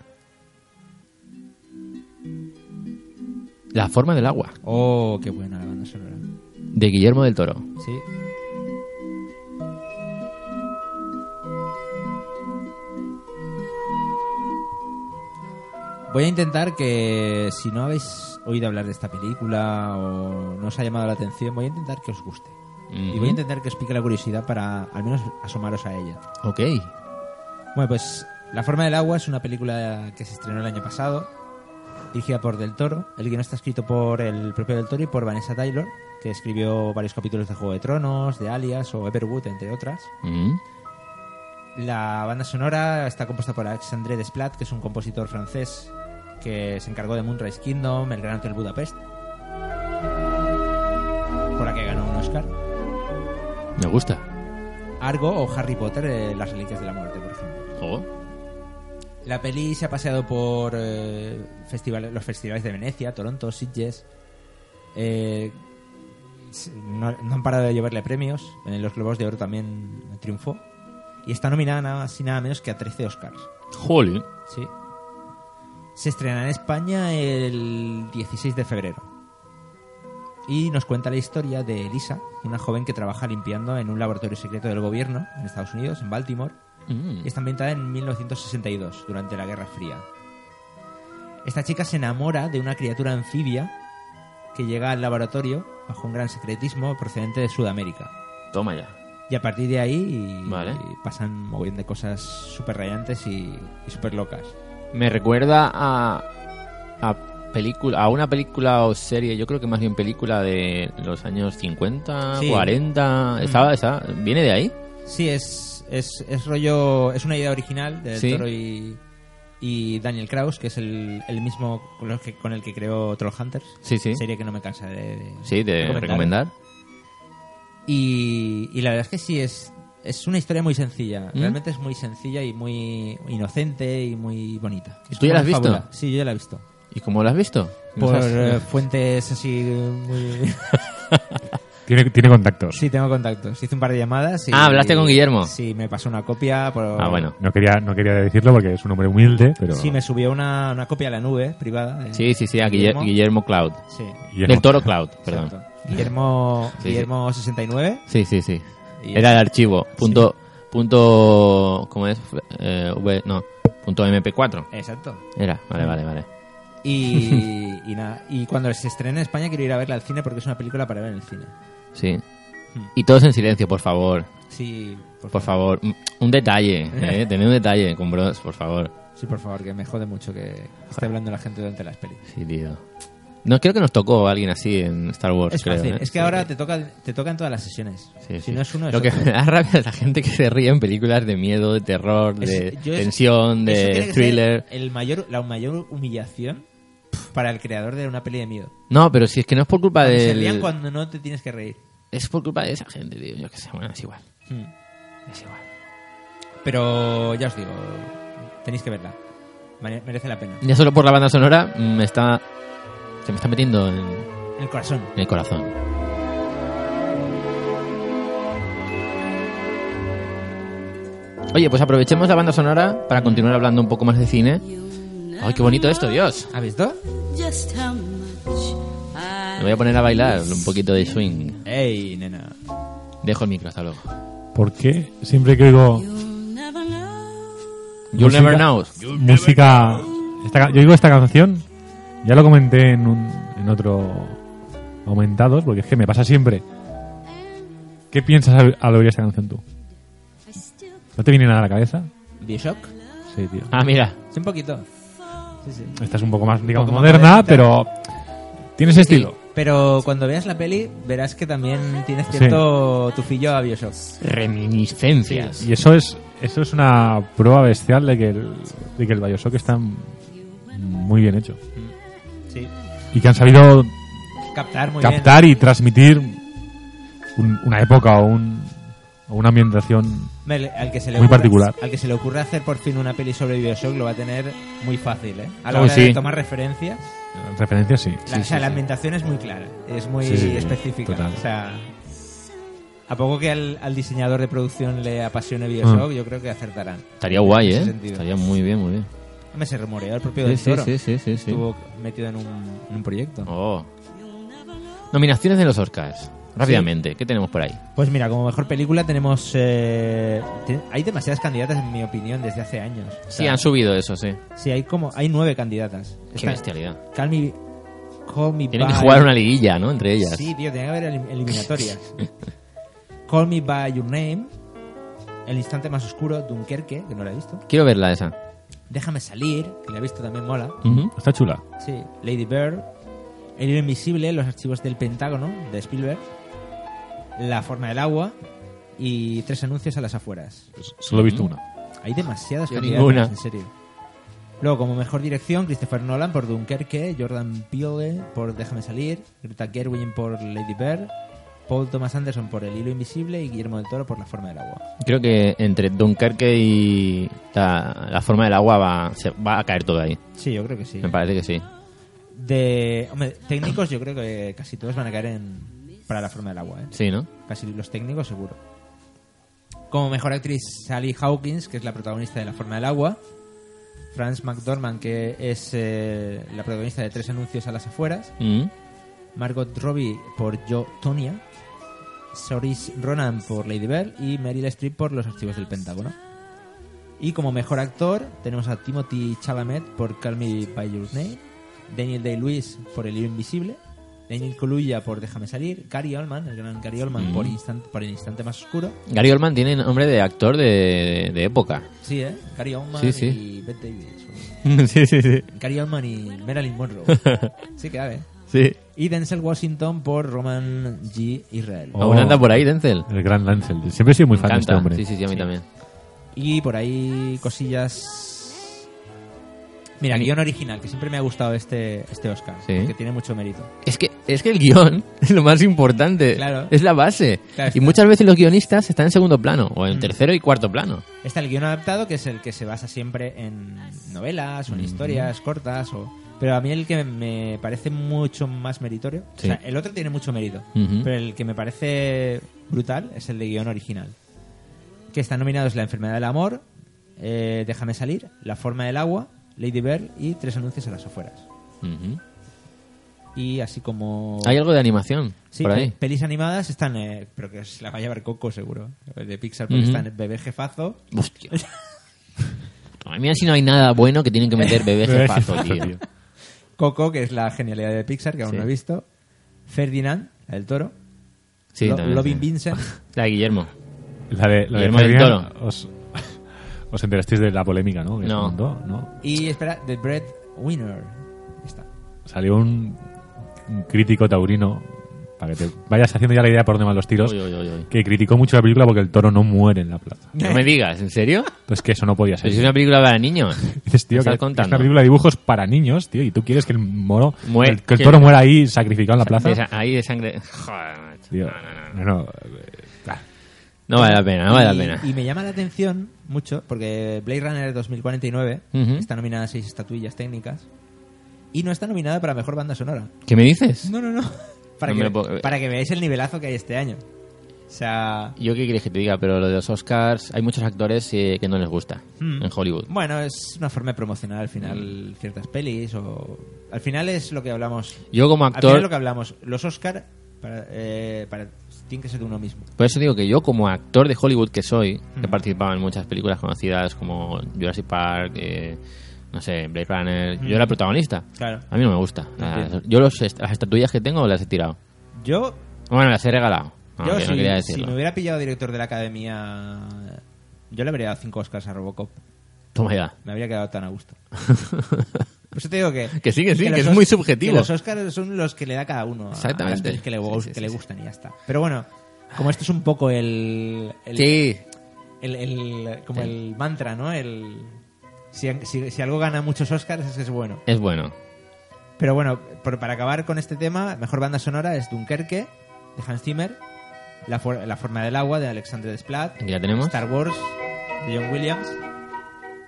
Speaker 1: La forma del agua,
Speaker 2: Oh, qué buena la banda sonora.
Speaker 1: de Guillermo del Toro.
Speaker 2: Sí. Voy a intentar que si no habéis oído hablar de esta película o no os ha llamado la atención, voy a intentar que os guste. Y voy a intentar que os pique la curiosidad para al menos asomaros a ella.
Speaker 1: Ok.
Speaker 2: Bueno, pues La forma del agua es una película que se estrenó el año pasado, dirigida por Del Toro. El guion está escrito por el propio Del Toro y por Vanessa Taylor, que escribió varios capítulos de Juego de Tronos, de Alias o Everwood, entre otras.
Speaker 1: Mm.
Speaker 2: La banda sonora está compuesta por Alexandre Desplat, que es un compositor francés que se encargó de Moonrise Kingdom, El Gran Hotel Budapest, por la que ganó un Oscar.
Speaker 1: Me gusta.
Speaker 2: Argo o Harry Potter, eh, Las Reliquias de la Muerte, por ejemplo.
Speaker 1: Oh.
Speaker 2: La peli se ha paseado por eh, festivales- los festivales de Venecia, Toronto, Sitges. Eh, s- no, no han parado de llevarle premios. En los Globos de Oro también triunfó. Y está nominada nada más y nada menos que a 13 Oscars.
Speaker 1: Jolín.
Speaker 2: Sí. Se estrenará en España el 16 de febrero. Y nos cuenta la historia de Elisa, una joven que trabaja limpiando en un laboratorio secreto del gobierno en Estados Unidos, en Baltimore
Speaker 1: Mm.
Speaker 2: y está ambientada en 1962, durante la Guerra Fría. Esta chica se enamora de una criatura anfibia que llega al laboratorio bajo un gran secretismo procedente de Sudamérica.
Speaker 1: Toma ya.
Speaker 2: Y a partir de ahí y-
Speaker 1: Vale.
Speaker 2: y pasan un mogollón de cosas súper rayantes y, y súper locas.
Speaker 1: Me recuerda a, a película, a una película o serie, yo creo que más bien película de los años 50,
Speaker 2: Sí.
Speaker 1: 40. Estaba esa, viene de ahí.
Speaker 2: Sí, es, es, es rollo. Es una idea original de Del
Speaker 1: Sí.
Speaker 2: Toro y, y Daniel Kraus, que es el, el mismo con, los que- con el que creó Trollhunters.
Speaker 1: Sí, sí.
Speaker 2: Serie que no me cansaré de.
Speaker 1: Sí, de recomendar.
Speaker 2: Y, y la verdad es que sí, es, es una historia muy sencilla.
Speaker 1: ¿Mm?
Speaker 2: Realmente es muy sencilla y muy inocente y muy bonita. Es
Speaker 1: ¿Tú ya
Speaker 2: como
Speaker 1: la has
Speaker 2: una
Speaker 1: visto?
Speaker 2: fábula. Sí, yo ya la he visto.
Speaker 1: ¿Y cómo lo has visto?
Speaker 2: Por
Speaker 1: ¿No sabes?
Speaker 2: eh, fuentes así eh, muy...
Speaker 3: Tiene, tiene contactos.
Speaker 2: Sí, tengo contactos. Hice un par de llamadas y...
Speaker 1: Ah, ¿hablaste con Guillermo?
Speaker 2: Sí, me pasó una copia por-
Speaker 1: Ah, bueno.
Speaker 3: No quería, no quería decirlo porque es un hombre humilde, pero.
Speaker 2: Sí, me subió una, una copia a la nube privada. eh,
Speaker 1: Sí, sí, sí, a Guille- Guillermo, Cloud.
Speaker 2: Sí,
Speaker 3: Guillermo.
Speaker 1: Del Toro Cloud, perdón.
Speaker 2: exacto. Guillermo,
Speaker 1: Sí, sí.
Speaker 2: Guillermo 69.
Speaker 1: Sí, sí, sí.
Speaker 2: Y-
Speaker 1: Era el archivo. Punto, punto, ¿cómo es? Eh, v- no, punto MP4.
Speaker 2: Exacto.
Speaker 1: Era,
Speaker 2: Ah.
Speaker 1: vale, vale, vale.
Speaker 2: Y, y nada. Y cuando se estrene en España quiero ir a verla al cine porque es una película para ver en el cine.
Speaker 1: Sí.
Speaker 2: Hmm.
Speaker 1: Y todos en silencio, por favor.
Speaker 2: Sí,
Speaker 1: Por favor. Mm, Un detalle, ¿eh? Tened un detalle con Bros, por favor.
Speaker 2: Sí, por favor, que me jode mucho que esté hablando la gente durante las pelis.
Speaker 1: Sí, tío. No, creo que nos tocó alguien así en Star Wars,
Speaker 2: Es
Speaker 1: creo.
Speaker 2: fácil,
Speaker 1: ¿eh?
Speaker 2: es
Speaker 1: Sí.
Speaker 2: que ahora te toca te tocan todas las sesiones.
Speaker 1: Sí,
Speaker 2: si
Speaker 1: sí.
Speaker 2: no es uno, es
Speaker 1: Lo que
Speaker 2: otro.
Speaker 1: me da rabia es la gente que se ríe en películas de miedo, de terror,
Speaker 2: Es-
Speaker 1: de
Speaker 2: yo es-
Speaker 1: tensión,
Speaker 2: eso tiene
Speaker 1: de
Speaker 2: que
Speaker 1: thriller.
Speaker 2: ser El mayor, la mayor humillación para el creador de una peli de miedo.
Speaker 1: No, pero si es que no es por culpa
Speaker 2: Cuando
Speaker 1: de.
Speaker 2: Se rían cuando no te tienes que reír.
Speaker 1: Es por culpa de esa gente, tío. Yo qué sé, bueno, es igual.
Speaker 2: Hmm.
Speaker 1: Es igual.
Speaker 2: Pero ya os digo, tenéis que verla. Mane- Merece la pena.
Speaker 1: Ya solo por la banda sonora mm, me está. Se me está metiendo en, en
Speaker 2: El corazón.
Speaker 1: el corazón. Oye, pues aprovechemos la banda sonora para continuar hablando un poco más de cine. ¡Ay, qué bonito esto, Dios!
Speaker 2: ¿Has visto?
Speaker 4: Just how much I
Speaker 1: Me voy a poner a bailar un poquito de swing.
Speaker 2: ¡Ey, nena!
Speaker 1: Dejo el micro, hasta luego.
Speaker 3: ¿Por qué siempre que oigo
Speaker 4: you'll never know.
Speaker 1: You'll
Speaker 3: Música.
Speaker 1: never know.
Speaker 3: música. esta ca- yo digo esta canción, ya lo comenté en, un, en otro Aumentados, porque es que me pasa siempre. ¿Qué piensas al, al oír esta canción tú?
Speaker 4: I still
Speaker 3: ¿No te viene nada a la cabeza?
Speaker 2: ¿Bioshock?
Speaker 3: Sí, tío.
Speaker 1: Ah, mira.
Speaker 2: Sí, un poquito. Sí, sí.
Speaker 3: Esta es un poco más, digamos,
Speaker 2: poco más
Speaker 3: moderna,
Speaker 2: modernita.
Speaker 3: pero tiene ese estilo.
Speaker 2: Pero cuando veas la peli, verás que también tienes cierto tufillo a Bioshock.
Speaker 1: Reminiscencias.
Speaker 3: Y eso es eso es una prueba bestial de que el, de que el Bioshock está m- muy bien hecho.
Speaker 2: Sí.
Speaker 3: Y que han sabido
Speaker 2: Captar muy
Speaker 3: captar y transmitir un- una época o, un, o una ambientación.
Speaker 2: bien. Me- Al que se le
Speaker 3: Muy
Speaker 2: ocurra-
Speaker 3: particular.
Speaker 2: Al que se le ocurra hacer por fin una peli sobre Bioshock lo va a tener muy fácil, ¿eh? A la
Speaker 1: Uy,
Speaker 2: hora
Speaker 1: sí.
Speaker 2: de tomar referencias,
Speaker 3: En referencia, sí.
Speaker 2: la, o sea, la ambientación es muy clara, es muy
Speaker 3: Sí, sí, sí,
Speaker 2: específica.
Speaker 3: total.
Speaker 2: O sea, a poco que al, al diseñador de producción le
Speaker 3: Mm.
Speaker 2: apasione Bioshock, yo creo que acertarán.
Speaker 1: Estaría guay,
Speaker 2: En ese
Speaker 1: ¿eh?
Speaker 2: sentido.
Speaker 1: Estaría muy bien, muy bien.
Speaker 2: Me se rumoreó el propio
Speaker 1: Sí,
Speaker 2: del
Speaker 1: sí,
Speaker 2: Toro.
Speaker 1: sí, sí, sí, sí.
Speaker 2: Estuvo metido en un, en un proyecto.
Speaker 1: Oh. Nominaciones de los Oscars. Rápidamente, ¿qué tenemos por ahí?
Speaker 2: Pues mira, como mejor película tenemos... eh, te- hay demasiadas candidatas, en mi opinión, desde hace años. O
Speaker 1: Sí,
Speaker 2: sea,
Speaker 1: han subido eso, sí.
Speaker 2: sí, hay como... Hay nueve candidatas.
Speaker 1: Qué
Speaker 2: Está-
Speaker 1: bestialidad.
Speaker 2: Call me, call me
Speaker 1: Tienen
Speaker 2: by...
Speaker 1: que jugar una liguilla, ¿no? Entre ellas.
Speaker 2: Sí, tío, tiene que haber elim- eliminatorias. call me by your name. El instante más oscuro, Dunkerque, que no la he visto.
Speaker 1: Quiero verla esa.
Speaker 2: Déjame salir, que la he visto también mola.
Speaker 3: Está chula.
Speaker 2: Sí, Lady Bird, El hilo invisible, Los archivos del Pentágono de Spielberg, La forma del agua y tres anuncios a las afueras.
Speaker 3: Solo he visto una.
Speaker 2: Hay demasiadas
Speaker 1: Yo
Speaker 2: candidatas,
Speaker 1: ninguna.
Speaker 2: en serio. Luego, como mejor dirección, Christopher Nolan por Dunkerque, Jordan Peele por Déjame salir, Greta Gerwig por Lady Bird, Paul Thomas Anderson por El hilo invisible y Guillermo del Toro por La forma del agua.
Speaker 1: Creo que entre Dunkerque y la, la forma del agua va, se, va a caer todo ahí.
Speaker 2: Sí, yo creo que sí.
Speaker 1: Me parece que sí.
Speaker 2: De hombre, técnicos, yo creo que casi todos van a caer en para La forma del agua, ¿eh?
Speaker 1: Sí, ¿no?
Speaker 2: casi los técnicos seguro. Como mejor actriz Sally Hawkins, que es la protagonista de La forma del agua. Franz McDormand, que es eh, la protagonista de Tres anuncios a las afueras.
Speaker 1: Mm.
Speaker 2: Margot Robbie por Yo Tonia. Saoirse Ronan por Lady Bird y Meryl Streep por Los archivos del Pentágono. Y como mejor actor tenemos a Timothy Chalamet por Call Me By Your Name, Daniel Day-Lewis por El hilo invisible, Daniel Kaluuya por Déjame salir, Gary Oldman, el gran Gary
Speaker 1: Mm.
Speaker 2: Oldman por, instant, por El instante más oscuro.
Speaker 1: Gary Oldman tiene nombre de actor de, de época.
Speaker 2: Sí, ¿eh? Gary Oldman
Speaker 1: Sí, sí.
Speaker 2: y Bette Davis. o-
Speaker 1: sí, sí, sí.
Speaker 2: Gary Oldman y Marilyn Monroe. sí, claro, ¿eh?
Speaker 1: Sí.
Speaker 2: Y Denzel Washington por Roman G. Israel.
Speaker 3: Oh.
Speaker 1: Aún anda por ahí, Denzel.
Speaker 3: El gran Lancel. Siempre he sido muy
Speaker 1: Me
Speaker 3: fan de este
Speaker 1: encanta.
Speaker 3: hombre.
Speaker 1: Sí, sí, sí, a mí también.
Speaker 2: Y por ahí cosillas... Mira, guión original, que siempre me ha gustado este, este Oscar,
Speaker 1: Sí.
Speaker 2: que tiene mucho mérito.
Speaker 1: Es que, es que el guión es lo más importante.
Speaker 2: Claro.
Speaker 1: Es la base.
Speaker 2: Claro,
Speaker 1: y
Speaker 2: está.
Speaker 1: muchas veces los guionistas están en segundo plano, o en tercero y cuarto plano.
Speaker 2: Está el guión adaptado, que es el que se basa siempre en novelas o en historias cortas. O... Pero a mí el que me parece mucho más meritorio.
Speaker 1: Sí.
Speaker 2: O sea, el otro tiene mucho mérito.
Speaker 1: Ujú.
Speaker 2: Pero el que me parece brutal es el de guión original. Que están nominados La enfermedad del amor, eh, Déjame salir, La forma del agua, Lady Bird y Tres anuncios a las afueras.
Speaker 1: Ujú.
Speaker 2: Y así como.
Speaker 1: Hay algo de animación
Speaker 2: Sí,
Speaker 1: por
Speaker 2: pe-
Speaker 1: ahí.
Speaker 2: pelis animadas están. eh, pero que se la va a llevar Coco seguro. Eh, De Pixar, porque
Speaker 1: Ujú.
Speaker 2: están Bebé Jefazo.
Speaker 1: Hostia. A mí así no hay nada bueno que tienen que meter bebé
Speaker 3: Bebé
Speaker 1: jefazo,
Speaker 3: jefazo,
Speaker 1: tío.
Speaker 3: tío.
Speaker 2: Coco, que es la genialidad de Pixar, que aún
Speaker 1: Sí.
Speaker 2: no he visto. Ferdinand, la del toro.
Speaker 1: Sí,
Speaker 2: Lo-
Speaker 1: también,
Speaker 2: Loving
Speaker 1: sí.
Speaker 2: Vincent.
Speaker 1: La de Guillermo.
Speaker 3: La de, la de
Speaker 1: Guillermo del
Speaker 3: Fabián,
Speaker 1: Toro.
Speaker 3: Os, os enterasteis de la polémica, ¿no? Que
Speaker 1: No.
Speaker 3: se montó, ¿no?
Speaker 2: Y espera, The Bread Winner. Ya Está.
Speaker 3: Salió un, un crítico taurino, para que te vayas haciendo ya la idea por dónde van los tiros,
Speaker 1: Uy, uy, uy, uy.
Speaker 3: que criticó mucho la película porque el toro no muere en la plaza.
Speaker 2: ¿Eh?
Speaker 1: No me digas, ¿en serio?
Speaker 3: Entonces que eso no podía ser.
Speaker 1: Pero si es una película para niños.
Speaker 3: Dices, tío,
Speaker 1: ¿Me
Speaker 3: que
Speaker 1: estás
Speaker 3: es
Speaker 1: contando?
Speaker 3: una película de dibujos para niños, tío, y tú quieres que el moro,
Speaker 1: Muere-
Speaker 3: que, el- que el
Speaker 1: que-
Speaker 3: toro muera ahí sacrificado en la plaza.
Speaker 1: De sa- ahí de sangre. Joder, macho.
Speaker 3: Tío,
Speaker 1: no, no, no.
Speaker 3: no, no, eh, ah,
Speaker 1: No vale la pena, no vale la
Speaker 2: y,
Speaker 1: pena.
Speaker 2: y me llama la atención mucho, porque Blade Runner 2049
Speaker 1: Ujú.
Speaker 2: está nominada a seis estatuillas técnicas. Y no está nominada para mejor banda sonora.
Speaker 1: ¿Qué me dices?
Speaker 2: No, no, no. Para,
Speaker 1: No me
Speaker 2: que,
Speaker 1: lo puedo-
Speaker 2: para que veáis el nivelazo que hay este año. O sea.
Speaker 1: Yo qué quieres que te diga, pero lo de los Oscars, hay muchos actores eh, que no les gusta
Speaker 2: Mm.
Speaker 1: en Hollywood.
Speaker 2: Bueno, es una forma de promocionar al
Speaker 1: Mm.
Speaker 2: final ciertas pelis o... Al final es lo que hablamos.
Speaker 1: Yo como
Speaker 2: Al final es lo
Speaker 1: actor,
Speaker 2: que hablamos. Los Oscar para, eh, para- tienen que ser de uno mismo.
Speaker 1: por eso digo que yo como actor de Hollywood que soy, he participado en muchas películas conocidas como Jurassic Park, eh, no sé, Blade Runner, yo era protagonista.
Speaker 2: Claro.
Speaker 1: A mí no me gusta. nada.
Speaker 2: Entiendo.
Speaker 1: yo los est- las estatuillas que tengo las he tirado.
Speaker 2: Yo,
Speaker 1: Bueno, las he regalado. No,
Speaker 2: yo
Speaker 1: Ah, que no
Speaker 2: si,
Speaker 1: quería
Speaker 2: si
Speaker 1: decirlo.
Speaker 2: me hubiera pillado director de la academia, yo le habría dado cinco Oscars a Robocop.
Speaker 1: Toma ya.
Speaker 2: Me habría quedado tan a gusto. Por eso te digo que...
Speaker 1: Que sí, que sí, que es
Speaker 2: los
Speaker 1: muy
Speaker 2: Os-
Speaker 1: subjetivo.
Speaker 2: que los Oscars son los que le da cada uno. a- a las
Speaker 1: Exactamente.
Speaker 2: pelis que le,
Speaker 1: Sí, sí,
Speaker 2: que
Speaker 1: sí,
Speaker 2: le
Speaker 1: sí.
Speaker 2: gustan y ya está. Pero bueno, como esto es un poco el... el-
Speaker 1: Sí.
Speaker 2: el, el- como
Speaker 1: Sí.
Speaker 2: el mantra, ¿no? El, si, si- si algo gana muchos Oscars es que es bueno.
Speaker 1: Es bueno.
Speaker 2: Pero bueno, por- para acabar con este tema, mejor banda sonora es Dunkerque, de Hans Zimmer, La, for- La forma del agua, de Alexandre Desplat,
Speaker 1: Aquí la tenemos.
Speaker 2: Star Wars, de John Williams,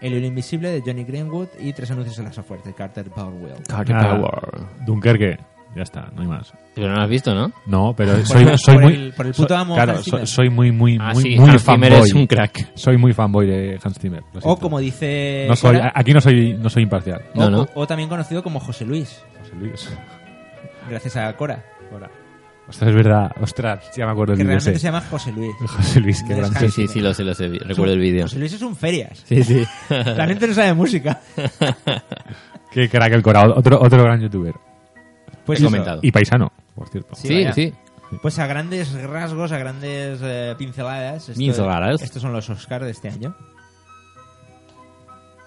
Speaker 2: El hilo invisible, de Johnny Greenwood, y Tres anuncios en la software, de Carter Powell.
Speaker 1: Carter
Speaker 3: nada,
Speaker 1: Power.
Speaker 3: Dunkerque, ya está, no hay más.
Speaker 1: Pero no lo has visto, ¿no?
Speaker 3: No, pero soy,
Speaker 2: el-
Speaker 3: soy
Speaker 2: por
Speaker 3: muy.
Speaker 2: el- por el puto
Speaker 3: soy-
Speaker 2: amo
Speaker 3: Claro,
Speaker 2: Hans
Speaker 3: so-
Speaker 2: Zimmer.
Speaker 3: soy muy, muy,
Speaker 1: Ah,
Speaker 3: muy,
Speaker 1: sí,
Speaker 3: muy
Speaker 1: Hans Zimmer
Speaker 3: fanboy.
Speaker 1: es un crack.
Speaker 3: Soy muy fanboy de Hans Zimmer. lo
Speaker 2: O
Speaker 3: siento.
Speaker 2: como dice...
Speaker 3: No soy,
Speaker 2: Cora,
Speaker 3: aquí no soy, no soy imparcial.
Speaker 1: No,
Speaker 2: o-
Speaker 1: no.
Speaker 2: o también conocido como José Luis,
Speaker 3: José Luis.
Speaker 2: gracias a Cora.
Speaker 3: Ostras, es verdad. Ostras, ya me acuerdo
Speaker 2: Que
Speaker 3: del vídeo
Speaker 2: realmente
Speaker 3: ese.
Speaker 2: se llama José Luis.
Speaker 3: José Luis, qué gran
Speaker 2: Descansa.
Speaker 1: Sí,
Speaker 2: Hans
Speaker 1: sí,
Speaker 2: Zimmer.
Speaker 1: sí, lo sé, lo sé. Recuerdo el vídeo.
Speaker 2: José Luis es un ferias.
Speaker 1: Sí, sí.
Speaker 2: La gente no sabe música.
Speaker 3: Qué crack el Cora, otro, otro gran youtuber.
Speaker 2: Pues
Speaker 1: He
Speaker 2: eso.
Speaker 1: comentado.
Speaker 3: Y paisano, por cierto.
Speaker 2: Sí,
Speaker 1: Sí,
Speaker 2: vaya.
Speaker 1: sí.
Speaker 2: Pues a grandes rasgos, a grandes eh, pinceladas. esto-
Speaker 1: Pinceladas.
Speaker 2: Estos son los Oscar de este año.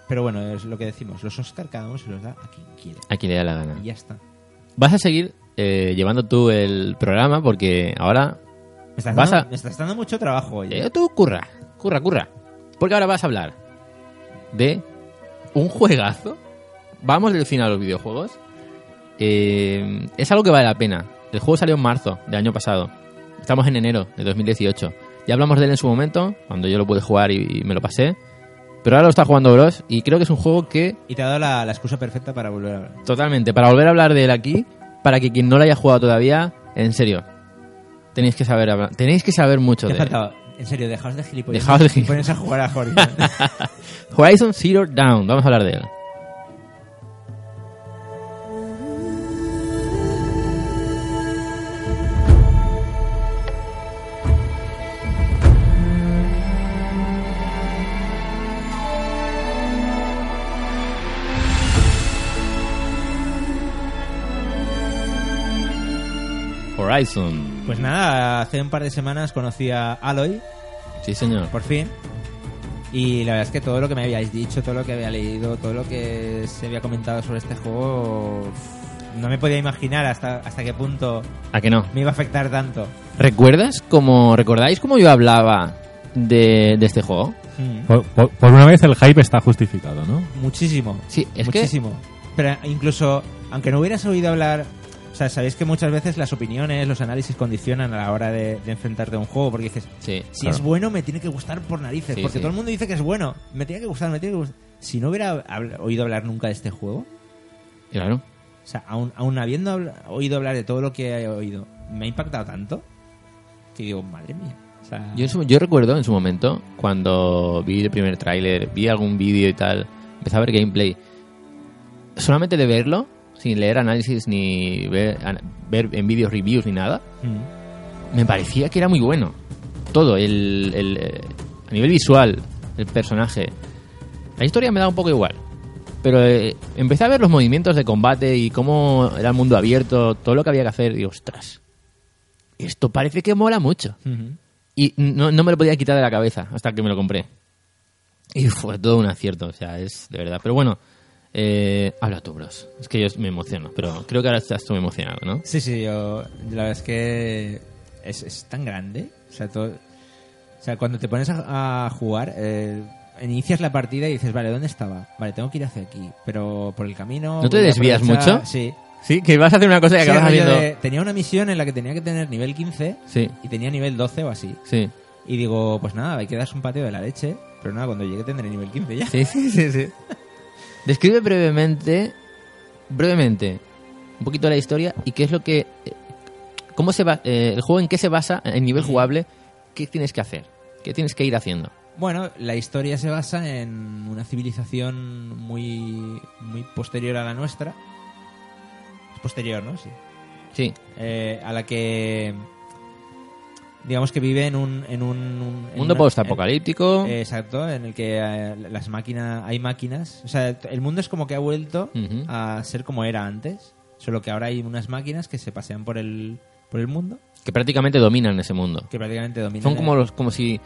Speaker 2: Pero bueno, es lo que decimos. Los Oscar cada uno se los da a quien quiere.
Speaker 1: Aquí le da la gana.
Speaker 2: Y ya está.
Speaker 1: Vas a seguir eh, llevando tú el programa porque ahora
Speaker 2: Me estás,
Speaker 1: Vas
Speaker 2: dando,
Speaker 1: a-
Speaker 2: me estás dando mucho trabajo hoy.
Speaker 1: Eh, tú curra, curra, curra. Porque ahora vas a hablar de un juegazo. Vamos del final a los videojuegos. Eh, es algo que vale la pena. El juego salió en marzo del año pasado. Estamos en enero de 2018. Ya hablamos de él en su momento, cuando yo lo pude jugar y, y me lo pasé. Pero ahora lo está jugando Bros y creo que es un juego que
Speaker 2: Y te ha dado la, la excusa perfecta para volver a hablar.
Speaker 1: Totalmente, para volver a hablar de él aquí, para que quien no lo haya jugado todavía, en serio, tenéis que saber hablar- tenéis que saber mucho
Speaker 2: Te
Speaker 1: de él.
Speaker 2: faltaba. En serio, dejaos de gilipollas.
Speaker 1: Dejaos de
Speaker 2: Y ponéis a jugar a Horizon.
Speaker 1: Horizon Zero Dawn, vamos a hablar de él. Horizon.
Speaker 2: Pues nada, hace un par de semanas conocí a Aloy,
Speaker 1: Sí, señor.
Speaker 2: por fin. Y la verdad es que todo lo que me habíais dicho, todo lo que había leído, todo lo que se había comentado sobre este juego, pff, no me podía imaginar hasta, hasta qué punto
Speaker 1: ¿A que no?
Speaker 2: me iba a afectar tanto.
Speaker 1: ¿Recuerdas cómo, recordáis cómo yo hablaba de, de este juego?
Speaker 2: Mm.
Speaker 3: Por, por- por una vez el hype está justificado, ¿no?
Speaker 2: Muchísimo.
Speaker 1: Sí, es que-
Speaker 2: muchísimo. Pero incluso, aunque no hubieras oído hablar. O sea, sabéis que muchas veces las opiniones, los análisis condicionan a la hora de, de enfrentarte a un juego, porque dices,
Speaker 1: Sí.
Speaker 2: si
Speaker 1: claro.
Speaker 2: es bueno me tiene que gustar por narices,
Speaker 1: Sí, sí.
Speaker 2: porque todo el mundo dice que es bueno, me tiene que gustar, me tiene que gustar. Si no hubiera habl- oído hablar nunca de este juego,
Speaker 1: Claro.
Speaker 2: o sea, aún, aún habiendo habl- oído hablar de todo lo que he oído, me ha impactado tanto que digo, madre mía. O sea,
Speaker 1: Yo, en su- yo recuerdo en su momento, cuando vi el primer tráiler, vi algún vídeo y tal, empecé a ver gameplay. Solamente de verlo, sin leer análisis ni ver, an- ver en vídeos reviews ni nada,
Speaker 2: Mm.
Speaker 1: me parecía que era muy bueno. Todo, el, el, eh, a nivel visual, el personaje. La historia me da un poco igual. Pero eh, empecé a ver los movimientos de combate y cómo era el mundo abierto, todo lo que había que hacer. Y ostras, esto parece que mola mucho.
Speaker 2: Ujú.
Speaker 1: Y no, no me lo podía quitar de la cabeza hasta que me lo compré. Y fue todo un acierto, o sea, es de verdad. Pero bueno, eh, habla tú, bros. Es que yo me emociono, pero creo que ahora estás tú emocionado, ¿no?
Speaker 2: Sí, sí, yo. La verdad es que es, es tan grande. O sea, todo- o sea, cuando te pones a, a jugar, eh, inicias la partida y dices, vale, ¿dónde estaba? Vale, tengo que ir hacia aquí. Pero por el camino.
Speaker 1: ¿No te
Speaker 2: voy a
Speaker 1: desvías
Speaker 2: aprovechar-
Speaker 1: mucho?
Speaker 2: Sí.
Speaker 1: Sí, que vas a hacer una cosa y
Speaker 2: Sí,
Speaker 1: acabas
Speaker 2: rollo
Speaker 1: haciendo...
Speaker 2: de- tenía una misión en la que tenía que tener nivel 15
Speaker 1: Sí,
Speaker 2: y tenía nivel 12 o así.
Speaker 1: sí.
Speaker 2: Y digo, pues nada, hay que darse un pateo de la leche. Pero nada, cuando llegue tendré nivel 15 ya.
Speaker 1: Sí, sí, sí, sí. Describe brevemente, brevemente, un poquito la historia y qué es lo que... eh, ¿Cómo se va... eh, el juego en qué se basa, en nivel jugable, qué tienes que hacer, qué tienes que ir haciendo.
Speaker 2: Bueno, la historia se basa en una civilización muy, muy posterior a la nuestra. Es posterior, ¿no? Sí.
Speaker 1: Sí,
Speaker 2: Eh, a la que. Digamos que vive en un. En un, un- en
Speaker 1: mundo
Speaker 2: una-
Speaker 1: post-apocalíptico.
Speaker 2: en- eh, exacto, en el que eh, las máquinas. Hay máquinas. O sea, el mundo es como que ha vuelto
Speaker 1: Ujú.
Speaker 2: a ser como era antes. Solo que ahora hay unas máquinas que se pasean por el, por el mundo.
Speaker 1: que prácticamente dominan ese mundo.
Speaker 2: Que prácticamente dominan.
Speaker 1: Son
Speaker 2: el-
Speaker 1: como los, como si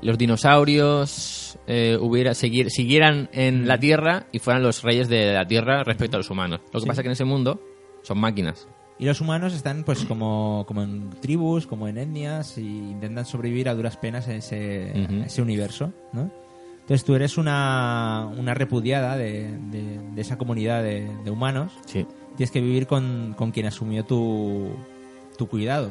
Speaker 1: los dinosaurios eh, hubiera, seguir- siguieran
Speaker 2: Mm.
Speaker 1: en la Tierra y fueran los reyes de la Tierra respecto a los humanos. Lo que
Speaker 2: Sí.
Speaker 1: pasa es que en ese mundo son máquinas.
Speaker 2: Y los humanos están pues como, como en tribus, como en etnias, y intentan sobrevivir a duras penas en ese,
Speaker 1: Ujú.
Speaker 2: a ese universo, ¿no? Entonces tú eres una, una repudiada de, de- de esa comunidad de, de humanos.
Speaker 1: Sí.
Speaker 2: Tienes que vivir con, con quien asumió tu, tu cuidado.